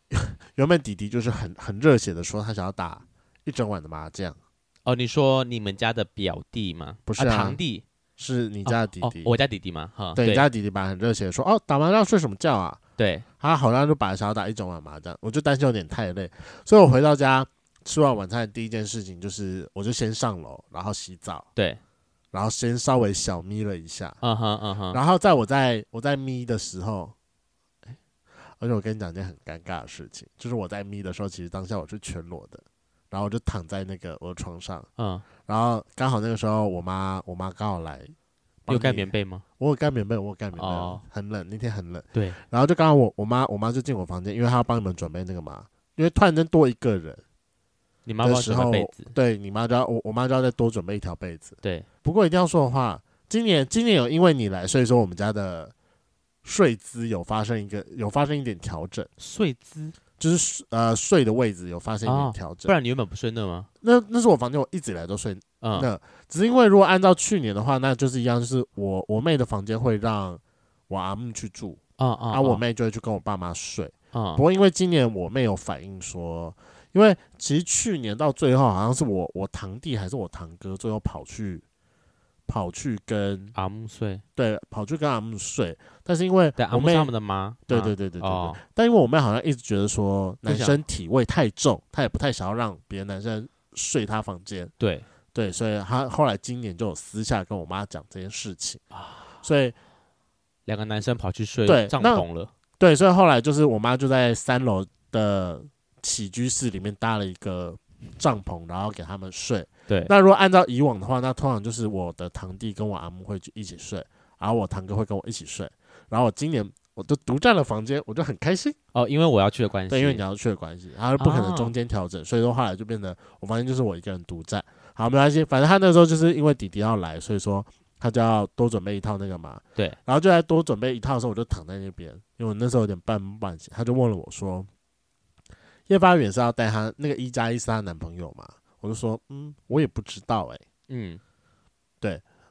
A: 原本弟弟就是很很热血的说他想要打一整晚的麻将，
B: 哦，你说你们家的表弟吗？
A: 不是啊
B: 堂弟，
A: 是你家的弟
B: 哦
A: 弟，，
B: 我家弟弟吗？哈，
A: 对，你
B: 对
A: 家的弟弟吧很热血地说哦打麻将睡什么觉啊？
B: 对
A: 他好像就把想要打一整晚麻将，我就担心有点太累，所以我回到家吃完晚餐的第一件事情就是我就先上楼，然后洗澡，
B: 对，
A: 然后先稍微小眯了一下，
B: 嗯哼嗯哼，
A: 然后在我在我在眯的时候，哎而且我跟你讲一件很尴尬的事情，就是我在眯的时候，其实当下我是全裸的，然后我就躺在那个我的床上，
B: 嗯，
A: 然后刚好那个时候我妈我妈刚好来，
B: 有盖棉
A: 被，
B: 被吗？
A: 我有盖棉被，我有盖棉被，
B: 哦
A: 很冷，那天很冷，
B: 对，
A: 然后就刚好我我妈我妈就进我房间，因为她要帮你们准备那个嘛，因为突然间多一个人
B: 你妈
A: 的
B: 妈
A: 时
B: 什
A: 候
B: 么被子？，
A: 对你妈就要我我妈就要再多准备一条被子。
B: 对，
A: 不过一定要说的话，今年今年有因为你来，所以说我们家的睡姿有发生一个有发生一点调整，
B: 睡姿，
A: 就是呃睡的位置有发生一点
B: 哦
A: 调
B: 不
A: 整。
B: 然你原本不睡那吗？
A: 那那是我房间，我一直以来都睡。
B: 嗯，
A: 那只是因为如果按照去年的话，那就是一样，就是我我妹的房间会让我阿木去住，
B: 啊啊
A: 啊我妹就会去跟我爸妈睡。
B: 啊
A: 不，过因为今年我妹有反映说，因为其实去年到最后好像是我我堂弟还是我堂哥最后跑去跑去跟
B: 阿木睡，
A: 对跑去跟阿木睡，但是因为
B: 对，阿
A: 我
B: 木是
A: 妹
B: 他们的妈，
A: 对
B: 啊
A: 对对对对对
B: 哦
A: 但因为我妹好像一直觉得说
B: 不
A: 男
B: 想
A: 生体味太重，她也不太想要让别的男生睡她房间，
B: 对，
A: 对，所以她后来今年就有私下跟我妈讲这件事情
B: 啊
A: 所以
B: 两个男生跑去睡
A: 对
B: 帐
A: 那
B: 篷了，
A: 对，所以后来就是我妈就在三楼的起居室里面搭了一个帐篷，然后给他们睡。
B: 对，
A: 那如果按照以往的话，那通常就是我的堂弟跟我阿姆会去一起睡，然后我堂哥会跟我一起睡。然后我今年我就独占了房间，我就很开心。
B: 哦，因为我要去的关系，
A: 对，因为你要去的关系，他不可能
B: 啊
A: 中间调整，所以说后来就变得我房间就是我一个人独占。好，没关系，反正他那时候就是因为弟弟要来，所以说他就要多准备一套那个嘛。
B: 对，
A: 然后就在多准备一套的时候，我就躺在那边，因为我那时候有点半梦半醒，他就问了我说：“叶发远是要带她那个一加一是她男朋友嘛？”我就说：“嗯，我也不知道哎、
B: 嗯，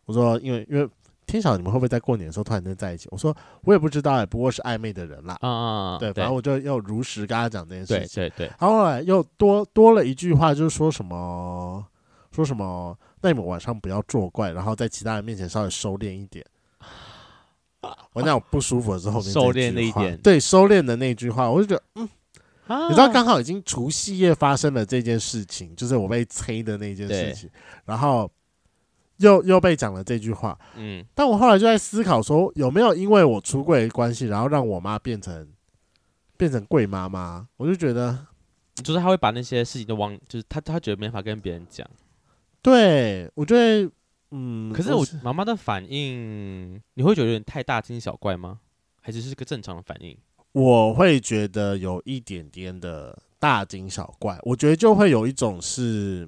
A: 我说：“因为因为。”天晓得你们会不会在过年的时候突然间在一起？我说我也不知道、哎，不过是暧昧的人啦。
B: 啊啊，啊
A: 对，
B: 对
A: 反正我就要如实跟他讲这件事
B: 对
A: 情。
B: 对对，
A: 然后后来又多多了一句话，就是说什么说什么，那你们晚上不要作怪，然后在其他人面前稍微收敛一 点。我那种不舒服的是后面这句话
B: 收敛了一点
A: 对收敛的那句话，我就觉得，嗯
B: 啊
A: 你知道刚好已经除夕夜发生了这件事情，就是我被催的那件事情，然后又又被讲了这句话，
B: 嗯
A: 但我后来就在思考说，有没有因为我出柜的关系，然后让我妈变成变成贵妈妈？我就觉得，
B: 就是他会把那些事情都忘，就是他他觉得没法跟别人讲。
A: 对我觉得，嗯，
B: 可是我妈妈的反应，你会觉得有点太大惊小怪吗？还是是个正常的反应？
A: 我会觉得有一点点的大惊小怪，我觉得就会有一种是，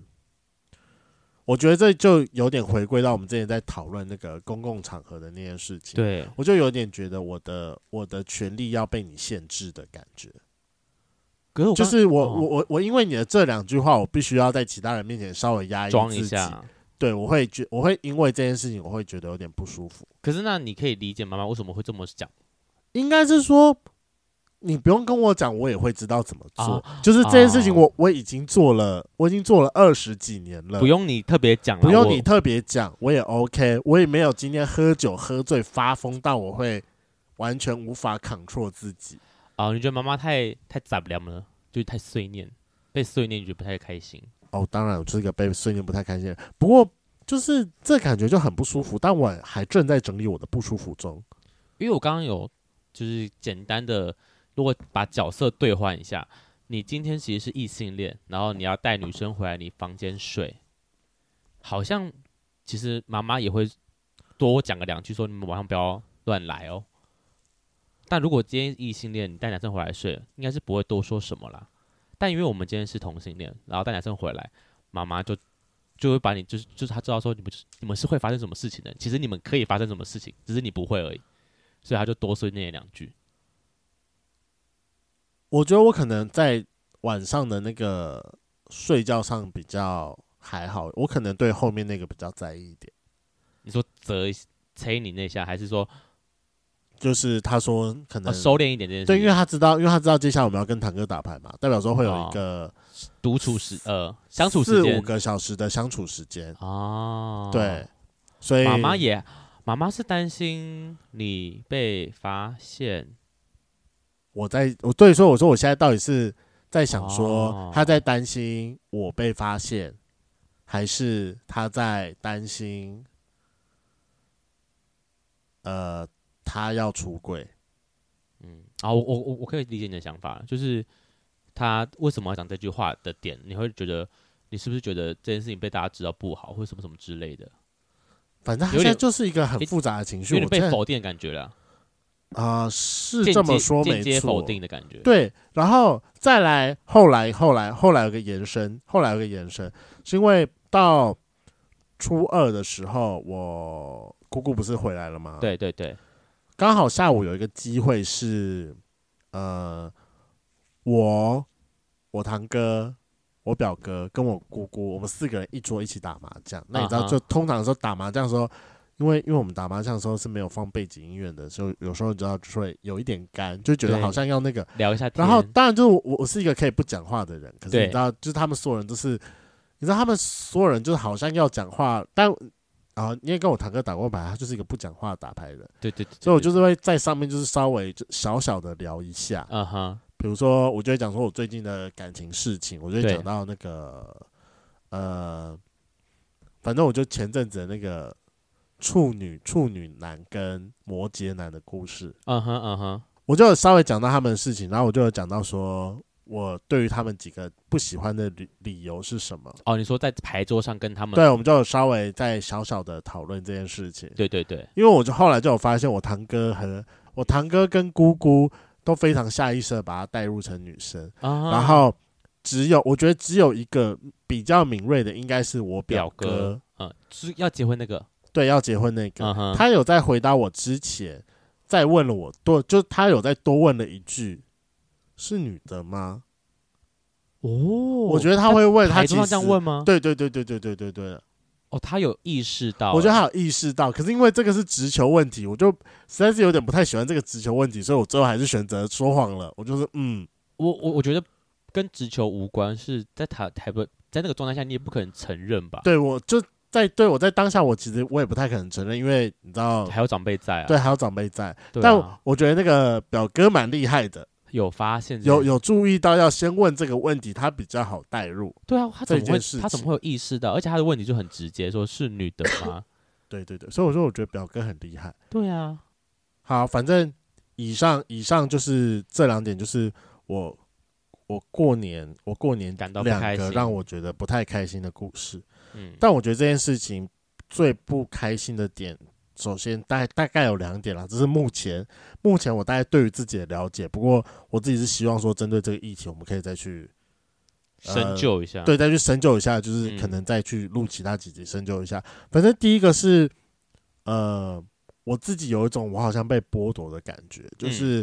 A: 我觉得这就有点回归到我们之前在讨论那个公共场合的那件事情。，
B: 对，
A: 我就有点觉得我的我的权利要被你限制的感觉。
B: 可是我
A: 就
B: 刚
A: 是我、
B: 哦
A: 我我我因为你的这两句话，我必须要在其他人面前稍微压抑
B: 装
A: 自
B: 一
A: 己。啊
B: 下。
A: 对，我会觉我会因为这件事情，我会觉得有点不舒服。
B: 可是那你可以理解妈妈为什么会这么讲
A: 应该是说，你不用跟我讲，我也会知道怎么做。
B: 啊
A: 就是这件事情
B: 啊
A: 我，我、已经做了，我已经做了二十几年了，
B: 不用你特别讲啦，
A: 嗯不用
B: 我
A: 你特别讲，我也 OK，我也没有今天喝酒喝醉发疯到我会完全无法 control 自己。
B: 啊，你觉得妈妈太太杂粮了，就是太碎念，被碎念你觉得不太开心。
A: 哦，当然，我就是一个被碎念不太开心的人。不过就是这感觉就很不舒服，但我还正在整理我的不舒服中。
B: 因为我刚刚有就是简单的，如果把角色兑换一下，你今天其实是异性恋，然后你要带女生回来你房间睡，好像其实妈妈也会多讲个两句，说你们晚上不要乱来哦。但如果今天异性恋，你带男生回来睡，应该是不会多说什么啦。但因为我们今天是同性恋，然后带男生回来，妈妈就就会把你就是就是她知道说你们就是你们是会发生什么事情的，其实你们可以发生什么事情，只是你不会而已。所以他就多说那两句。
A: 我觉得我可能在晚上的那个睡觉上比较还好，我可能对后面那个比较在意一点。
B: 你说责一催你那下，还是说、
A: 就是他说可
B: 呃、
A: 能、
B: 收敛一点这件事
A: 对，
B: 情？
A: 因为他知道，因为他知道接下来我们要跟堂哥打牌嘛，代表说会有一个
B: 独处时呃哦相处时
A: 四五
B: 间
A: 个小时的相处时间。
B: 哦，
A: 对，，所以
B: 妈妈也妈妈是担心你被发现，
A: 我在我对，所以我说我现在到底是在想说
B: 哦，
A: 他在担心我被发现，还是他在担心，呃，他要出轨？
B: 嗯，啊，我我我我可以理解你的想法，就是他为什么要讲这句话的点，你会觉得你是不是觉得这件事情被大家知道不好，或什么什么之类的，
A: 反正他
B: 有
A: 现
B: 点
A: 在就是一个很复杂的情
B: 有
A: 绪，
B: 点
A: 我
B: 被
A: 真的
B: 否定的感觉了，
A: 啊、是
B: 间
A: 这么
B: 接
A: 说没
B: 间接否
A: 错，
B: 定的感觉，
A: 对，然后再来，后来，后来，后来有个延伸，后来有个延伸，是因为到初二的时候，我姑姑不是回来了吗？，
B: 对对对，
A: 刚好下午有一个机会是，呃，我、我堂哥、我表哥跟我姑姑，我们四个人一桌一起打麻将。那你知道，
B: 啊哈
A: 就通常说打麻将的时候，因为因为我们打麻将的时候是没有放背景音乐的，所以有时候你知道就会有一点干，就觉得
B: 对
A: 好像要那个。
B: 聊一下天，
A: 然后当然就是我我我是一个可以不讲话的人，可是你
B: 对
A: 知道，就是他们所有人都是，你知道他们所有人就是好像要讲话，但啊，你也跟我堂哥打过牌，他就是一个不讲话的打牌人，
B: 对对对，
A: 所以我
B: 对
A: 就是会在上面就是稍微就小小的聊一下，
B: 嗯哼，
A: 比如说我就会讲说我最近的感情事情，我就会
B: 对
A: 讲到那个呃，反正我就前阵子的那个处女处女男跟摩羯男的故事，
B: 嗯哼，嗯哼，
A: 我就有稍微讲到他们的事情，然后我就有讲到说我对于他们几个不喜欢的理理由是什么。
B: 哦，你说在牌桌上跟他们，
A: 对，我们就有稍微在小小的讨论这件事情，
B: 对对对
A: 因为我就后来就有发现，我堂哥和我堂哥跟姑姑都非常下意识的把她带入成女生，
B: 啊
A: 然后只有我觉得只有一个比较敏锐的，应该是我
B: 表
A: 哥，
B: 哥，嗯，是要结婚那个，
A: 对，要结婚那个，
B: 嗯哼，
A: 他有在回答我之前再问了我多，就他有再多问了一句，是女的吗？
B: 哦，
A: 我觉
B: 得
A: 得他会问，他
B: 牌
A: 其
B: 桌
A: 实
B: 上这样问吗？
A: 对对对对对对对对，
B: 哦，他有意识到，
A: 我觉得他有意识到，可是因为这个是直球问题，我就实在是有点不太喜欢这个直球问题，所以我最后还是选择说谎了。我就是嗯，
B: 我我我觉得跟直球无关，是在台台北在那个状态下，你也不可能承认吧？，
A: 对我就在对我在当下，我其实我也不太可能承认，因为你知道，
B: 还有长辈在啊，
A: 对，还有长辈在。
B: 对
A: 但
B: 啊，
A: 我觉得那个表哥蛮厉害的，
B: 有发现这
A: 有
B: 件事
A: 有注意到要先问这个问题，他比较好带入。
B: 对啊，他怎么
A: 这
B: 会
A: 件事
B: 他怎么会有意识到？而且他的问题就很直接，说是女的吗？
A: 对对对，所以我说我觉得表哥很厉害。
B: 对啊，
A: 好，反正以上以上就是这两点，就是我我过年我过年
B: 感到不
A: 两
B: 开
A: 个
B: 心
A: 让我觉得不太开心的故事。
B: 嗯，
A: 但我觉得这件事情最不开心的点，首先大大概有两点啦，这是目前目前我大概对于自己的了解。不过我自己是希望说，针对这个议题，我们可以再去
B: 深究一下，
A: 呃对，再去深究一下，就是
B: 嗯
A: 可能再去录其他几集深究一下。反正第一个是，呃，我自己有一种我好像被剥夺的感觉，就是，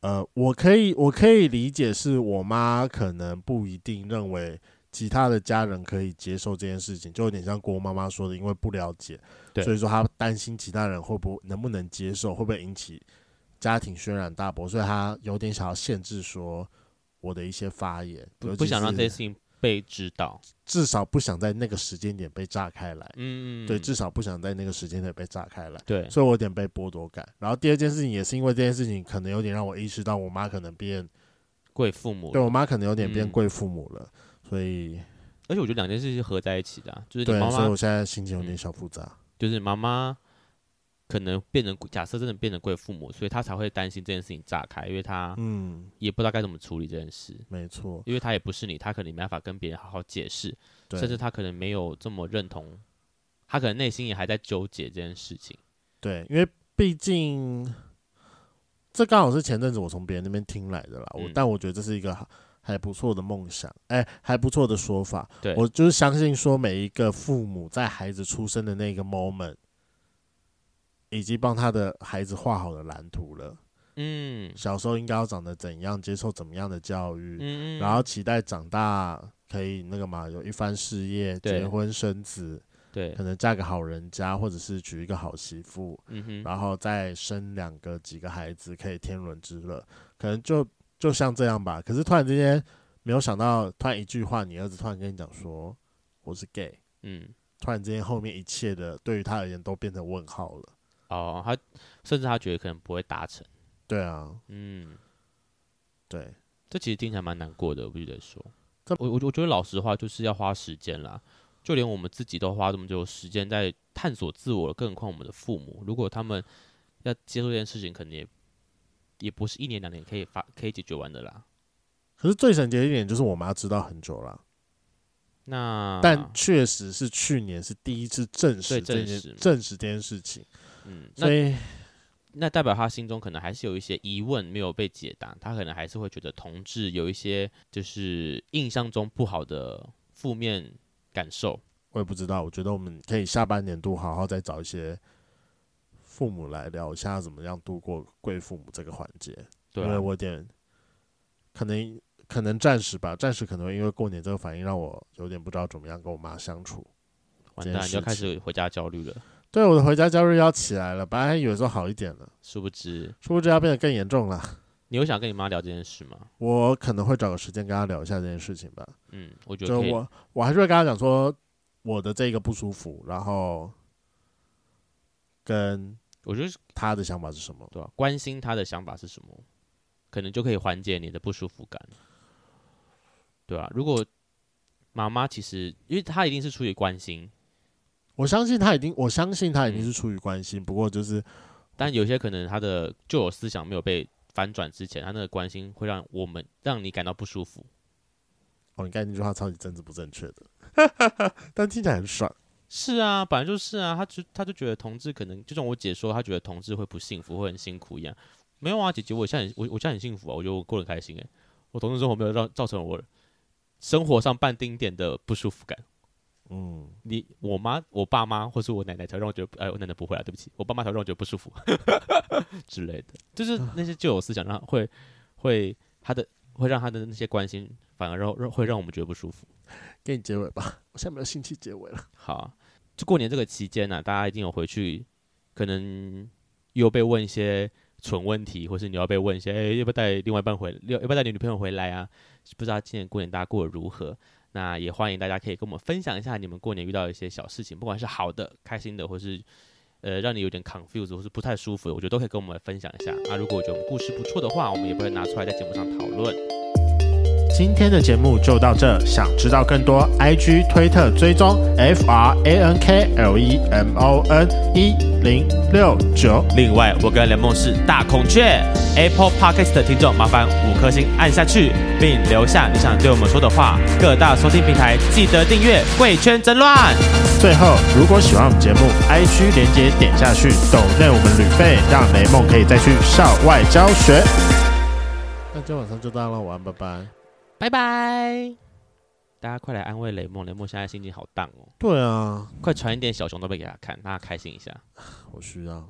B: 嗯
A: 呃，我可以我可以理解是我妈可能不一定认为其他的家人可以接受这件事情，就有点像郭妈妈说的，因为不了解，
B: 对
A: 所以说她担心其他人会不能不能接受，会不会引起家庭轩然大波，所以她有点想要限制说。我的一些发言，
B: 不
A: 尤
B: 不
A: 其
B: 想让
A: 是
B: 这件事情被知道。
A: 至少不想在那个时间点被炸开来。
B: 嗯，
A: 对，至少不想在那个时间点被炸开来，
B: 对，
A: 所以我有点被剥夺感。然后第二件事情也是因为这件事情，可能有点让我意识到我妈可能变，
B: 贵父母
A: 对，我妈可能有点变
B: 嗯
A: 贵父母了，所以
B: 而且我觉得两件事是合在一起的啊、就是你
A: 对，
B: 妈
A: 所以
B: 妈
A: 我，现在心情有点小复杂。
B: 就是妈妈可能变成假设真的变成贵父母，所以她才会担心这件事情炸开，因为她
A: 嗯，
B: 也不知道该怎么处理这件事，
A: 没错，
B: 因为她也不是你，她可能没办法跟别人好好解释，
A: 对，
B: 甚至她可能没有这么认同，她可能内心也还在纠结这件事情。
A: 对，因为毕竟这刚好是前阵子我从别人那边听来的啦。我、
B: 嗯
A: 但我觉得这是一个还还不错的梦想，哎、还不错的说法。
B: 对
A: 我就是相信说，每一个父母在孩子出生的那个 moment，已经帮他的孩子画好了蓝图了。
B: 嗯
A: 小时候应该要长得怎样，接受怎么样的教育，
B: 嗯，
A: 然后期待长大可以那个嘛，有一番事业，
B: 对
A: 结婚生子，
B: 对
A: 可，能嫁个好人家，或者是娶一个好媳妇。
B: 嗯哼，
A: 然后再生两个几个孩子，可以天伦之乐，可能就就像这样吧。可是突然之间没有想到，突然一句话，你儿子突然跟你讲说我是 gay，
B: 嗯，
A: 突然之间后面一切的对于他而言都变成问号了。
B: 哦，她甚至她觉得可能不会达成，
A: 对啊，
B: 嗯。
A: 对，
B: 这其实听起来蛮难过的，我必须得说
A: 这。
B: 我我我觉得老实话就是要花时间啦，就连我们自己都花这么久时间在探索自我了，更何况我们的父母，如果他们要接受这件事情，可能也也不是一年两年可以发可以解决完的啦。
A: 可是最神奇的一点就是我妈知道很久了，
B: 那
A: 但确实是去年是第一次证实
B: 对
A: 这
B: 证
A: 件
B: 实
A: 证实这件事情，
B: 嗯，
A: 所
B: 那
A: 以
B: 那代表他心中可能还是有一些疑问没有被解答，他可能还是会觉得同志有一些就是印象中不好的负面感受。
A: 我也不知道，我觉得我们可以下半年度好好再找一些父母来聊一下怎么样度过贵父母这个环节，
B: 对、
A: 因为
B: 啊，
A: 我有点可能可能暂时吧，暂时可能会因为过年这个反应让我有点不知道怎么样跟我妈相处。
B: 完蛋，你要
A: 这件事
B: 开始回家焦虑了。对
A: 对，我的回家焦虑要起来了，本来还以为说好一点了，
B: 殊不知，
A: 殊不知要变得更严重了。
B: 你有想跟你妈聊这件事吗？
A: 我可能会找个时间跟她聊一下这件事情吧。
B: 嗯，我觉得
A: 就
B: 可以。
A: 我我还是会跟他讲说我的这个不舒服，然后跟
B: 我觉得是
A: 他的想法是什么。
B: 对啊，关心她的想法是什么，可能就可以缓解你的不舒服感，对啊，如果妈妈其实，因为她一定是出于关心，
A: 我相信他已经，我相信他已经
B: 嗯
A: 是出于关心，不过就是
B: 但有些可能她的旧有思想没有被翻转之前，她那个关心会让我们让你感到不舒服。
A: 哦，你刚才那句话超级政治不正确的， 但听起来很爽。
B: 是啊，本来就是啊，她就她就觉得同志可能，就像我姐说，她觉得同志会不幸福，会很辛苦一样。没有啊，姐姐，我现在很我我现在很幸福啊，我觉得我过得很开心诶、我同志生活没有让造成我生活上半丁点的不舒服感。
A: 嗯，
B: 你我妈、我爸妈或是我奶奶才让我觉得，哎，我奶奶不会啊，对不起，我爸妈才让我觉得不舒服 之类的，就是那些旧有思想让会会他的会让他的那些关心反而让让会让我们觉得不舒服。
A: 给你结尾吧，我现在没有兴趣结尾了。
B: 好啊，就过年这个期间呢、啊大家一定有回去，可能又被问一些蠢问题，或是你要被问一些，哎、要不要带另外一半回，要要不要带你女朋友回来啊？不知道今年过年大家过得如何？那也欢迎大家可以跟我们分享一下你们过年遇到的一些小事情，不管是好的、开心的，或是呃让你有点 confused 或是不太舒服的，我觉得都可以跟我们分享一下。啊，如果我觉得我们故事不错的话，我们也不会拿出来在节目上讨论。
A: 今天的节目就到这，想知道更多，IG、推特追踪 F R A N K L E M O N 一零六九。
B: 另外，我跟雷梦是大孔雀 Apple Podcast 的听众，麻烦五颗星按下去，并留下你想对我们说的话。各大收听平台记得订阅《贵圈争乱》。
A: 最后，如果喜欢我们节目，IG 连接点下去，抖内我们旅费，让雷梦可以再去校外教学。那今天晚上就到了，晚安，拜拜。
B: 拜拜，大家快来安慰雷梦，雷梦现在心情好荡哦，
A: 对啊，
B: 快传一点小熊都被给他看，让他开心一下。
A: 我需要。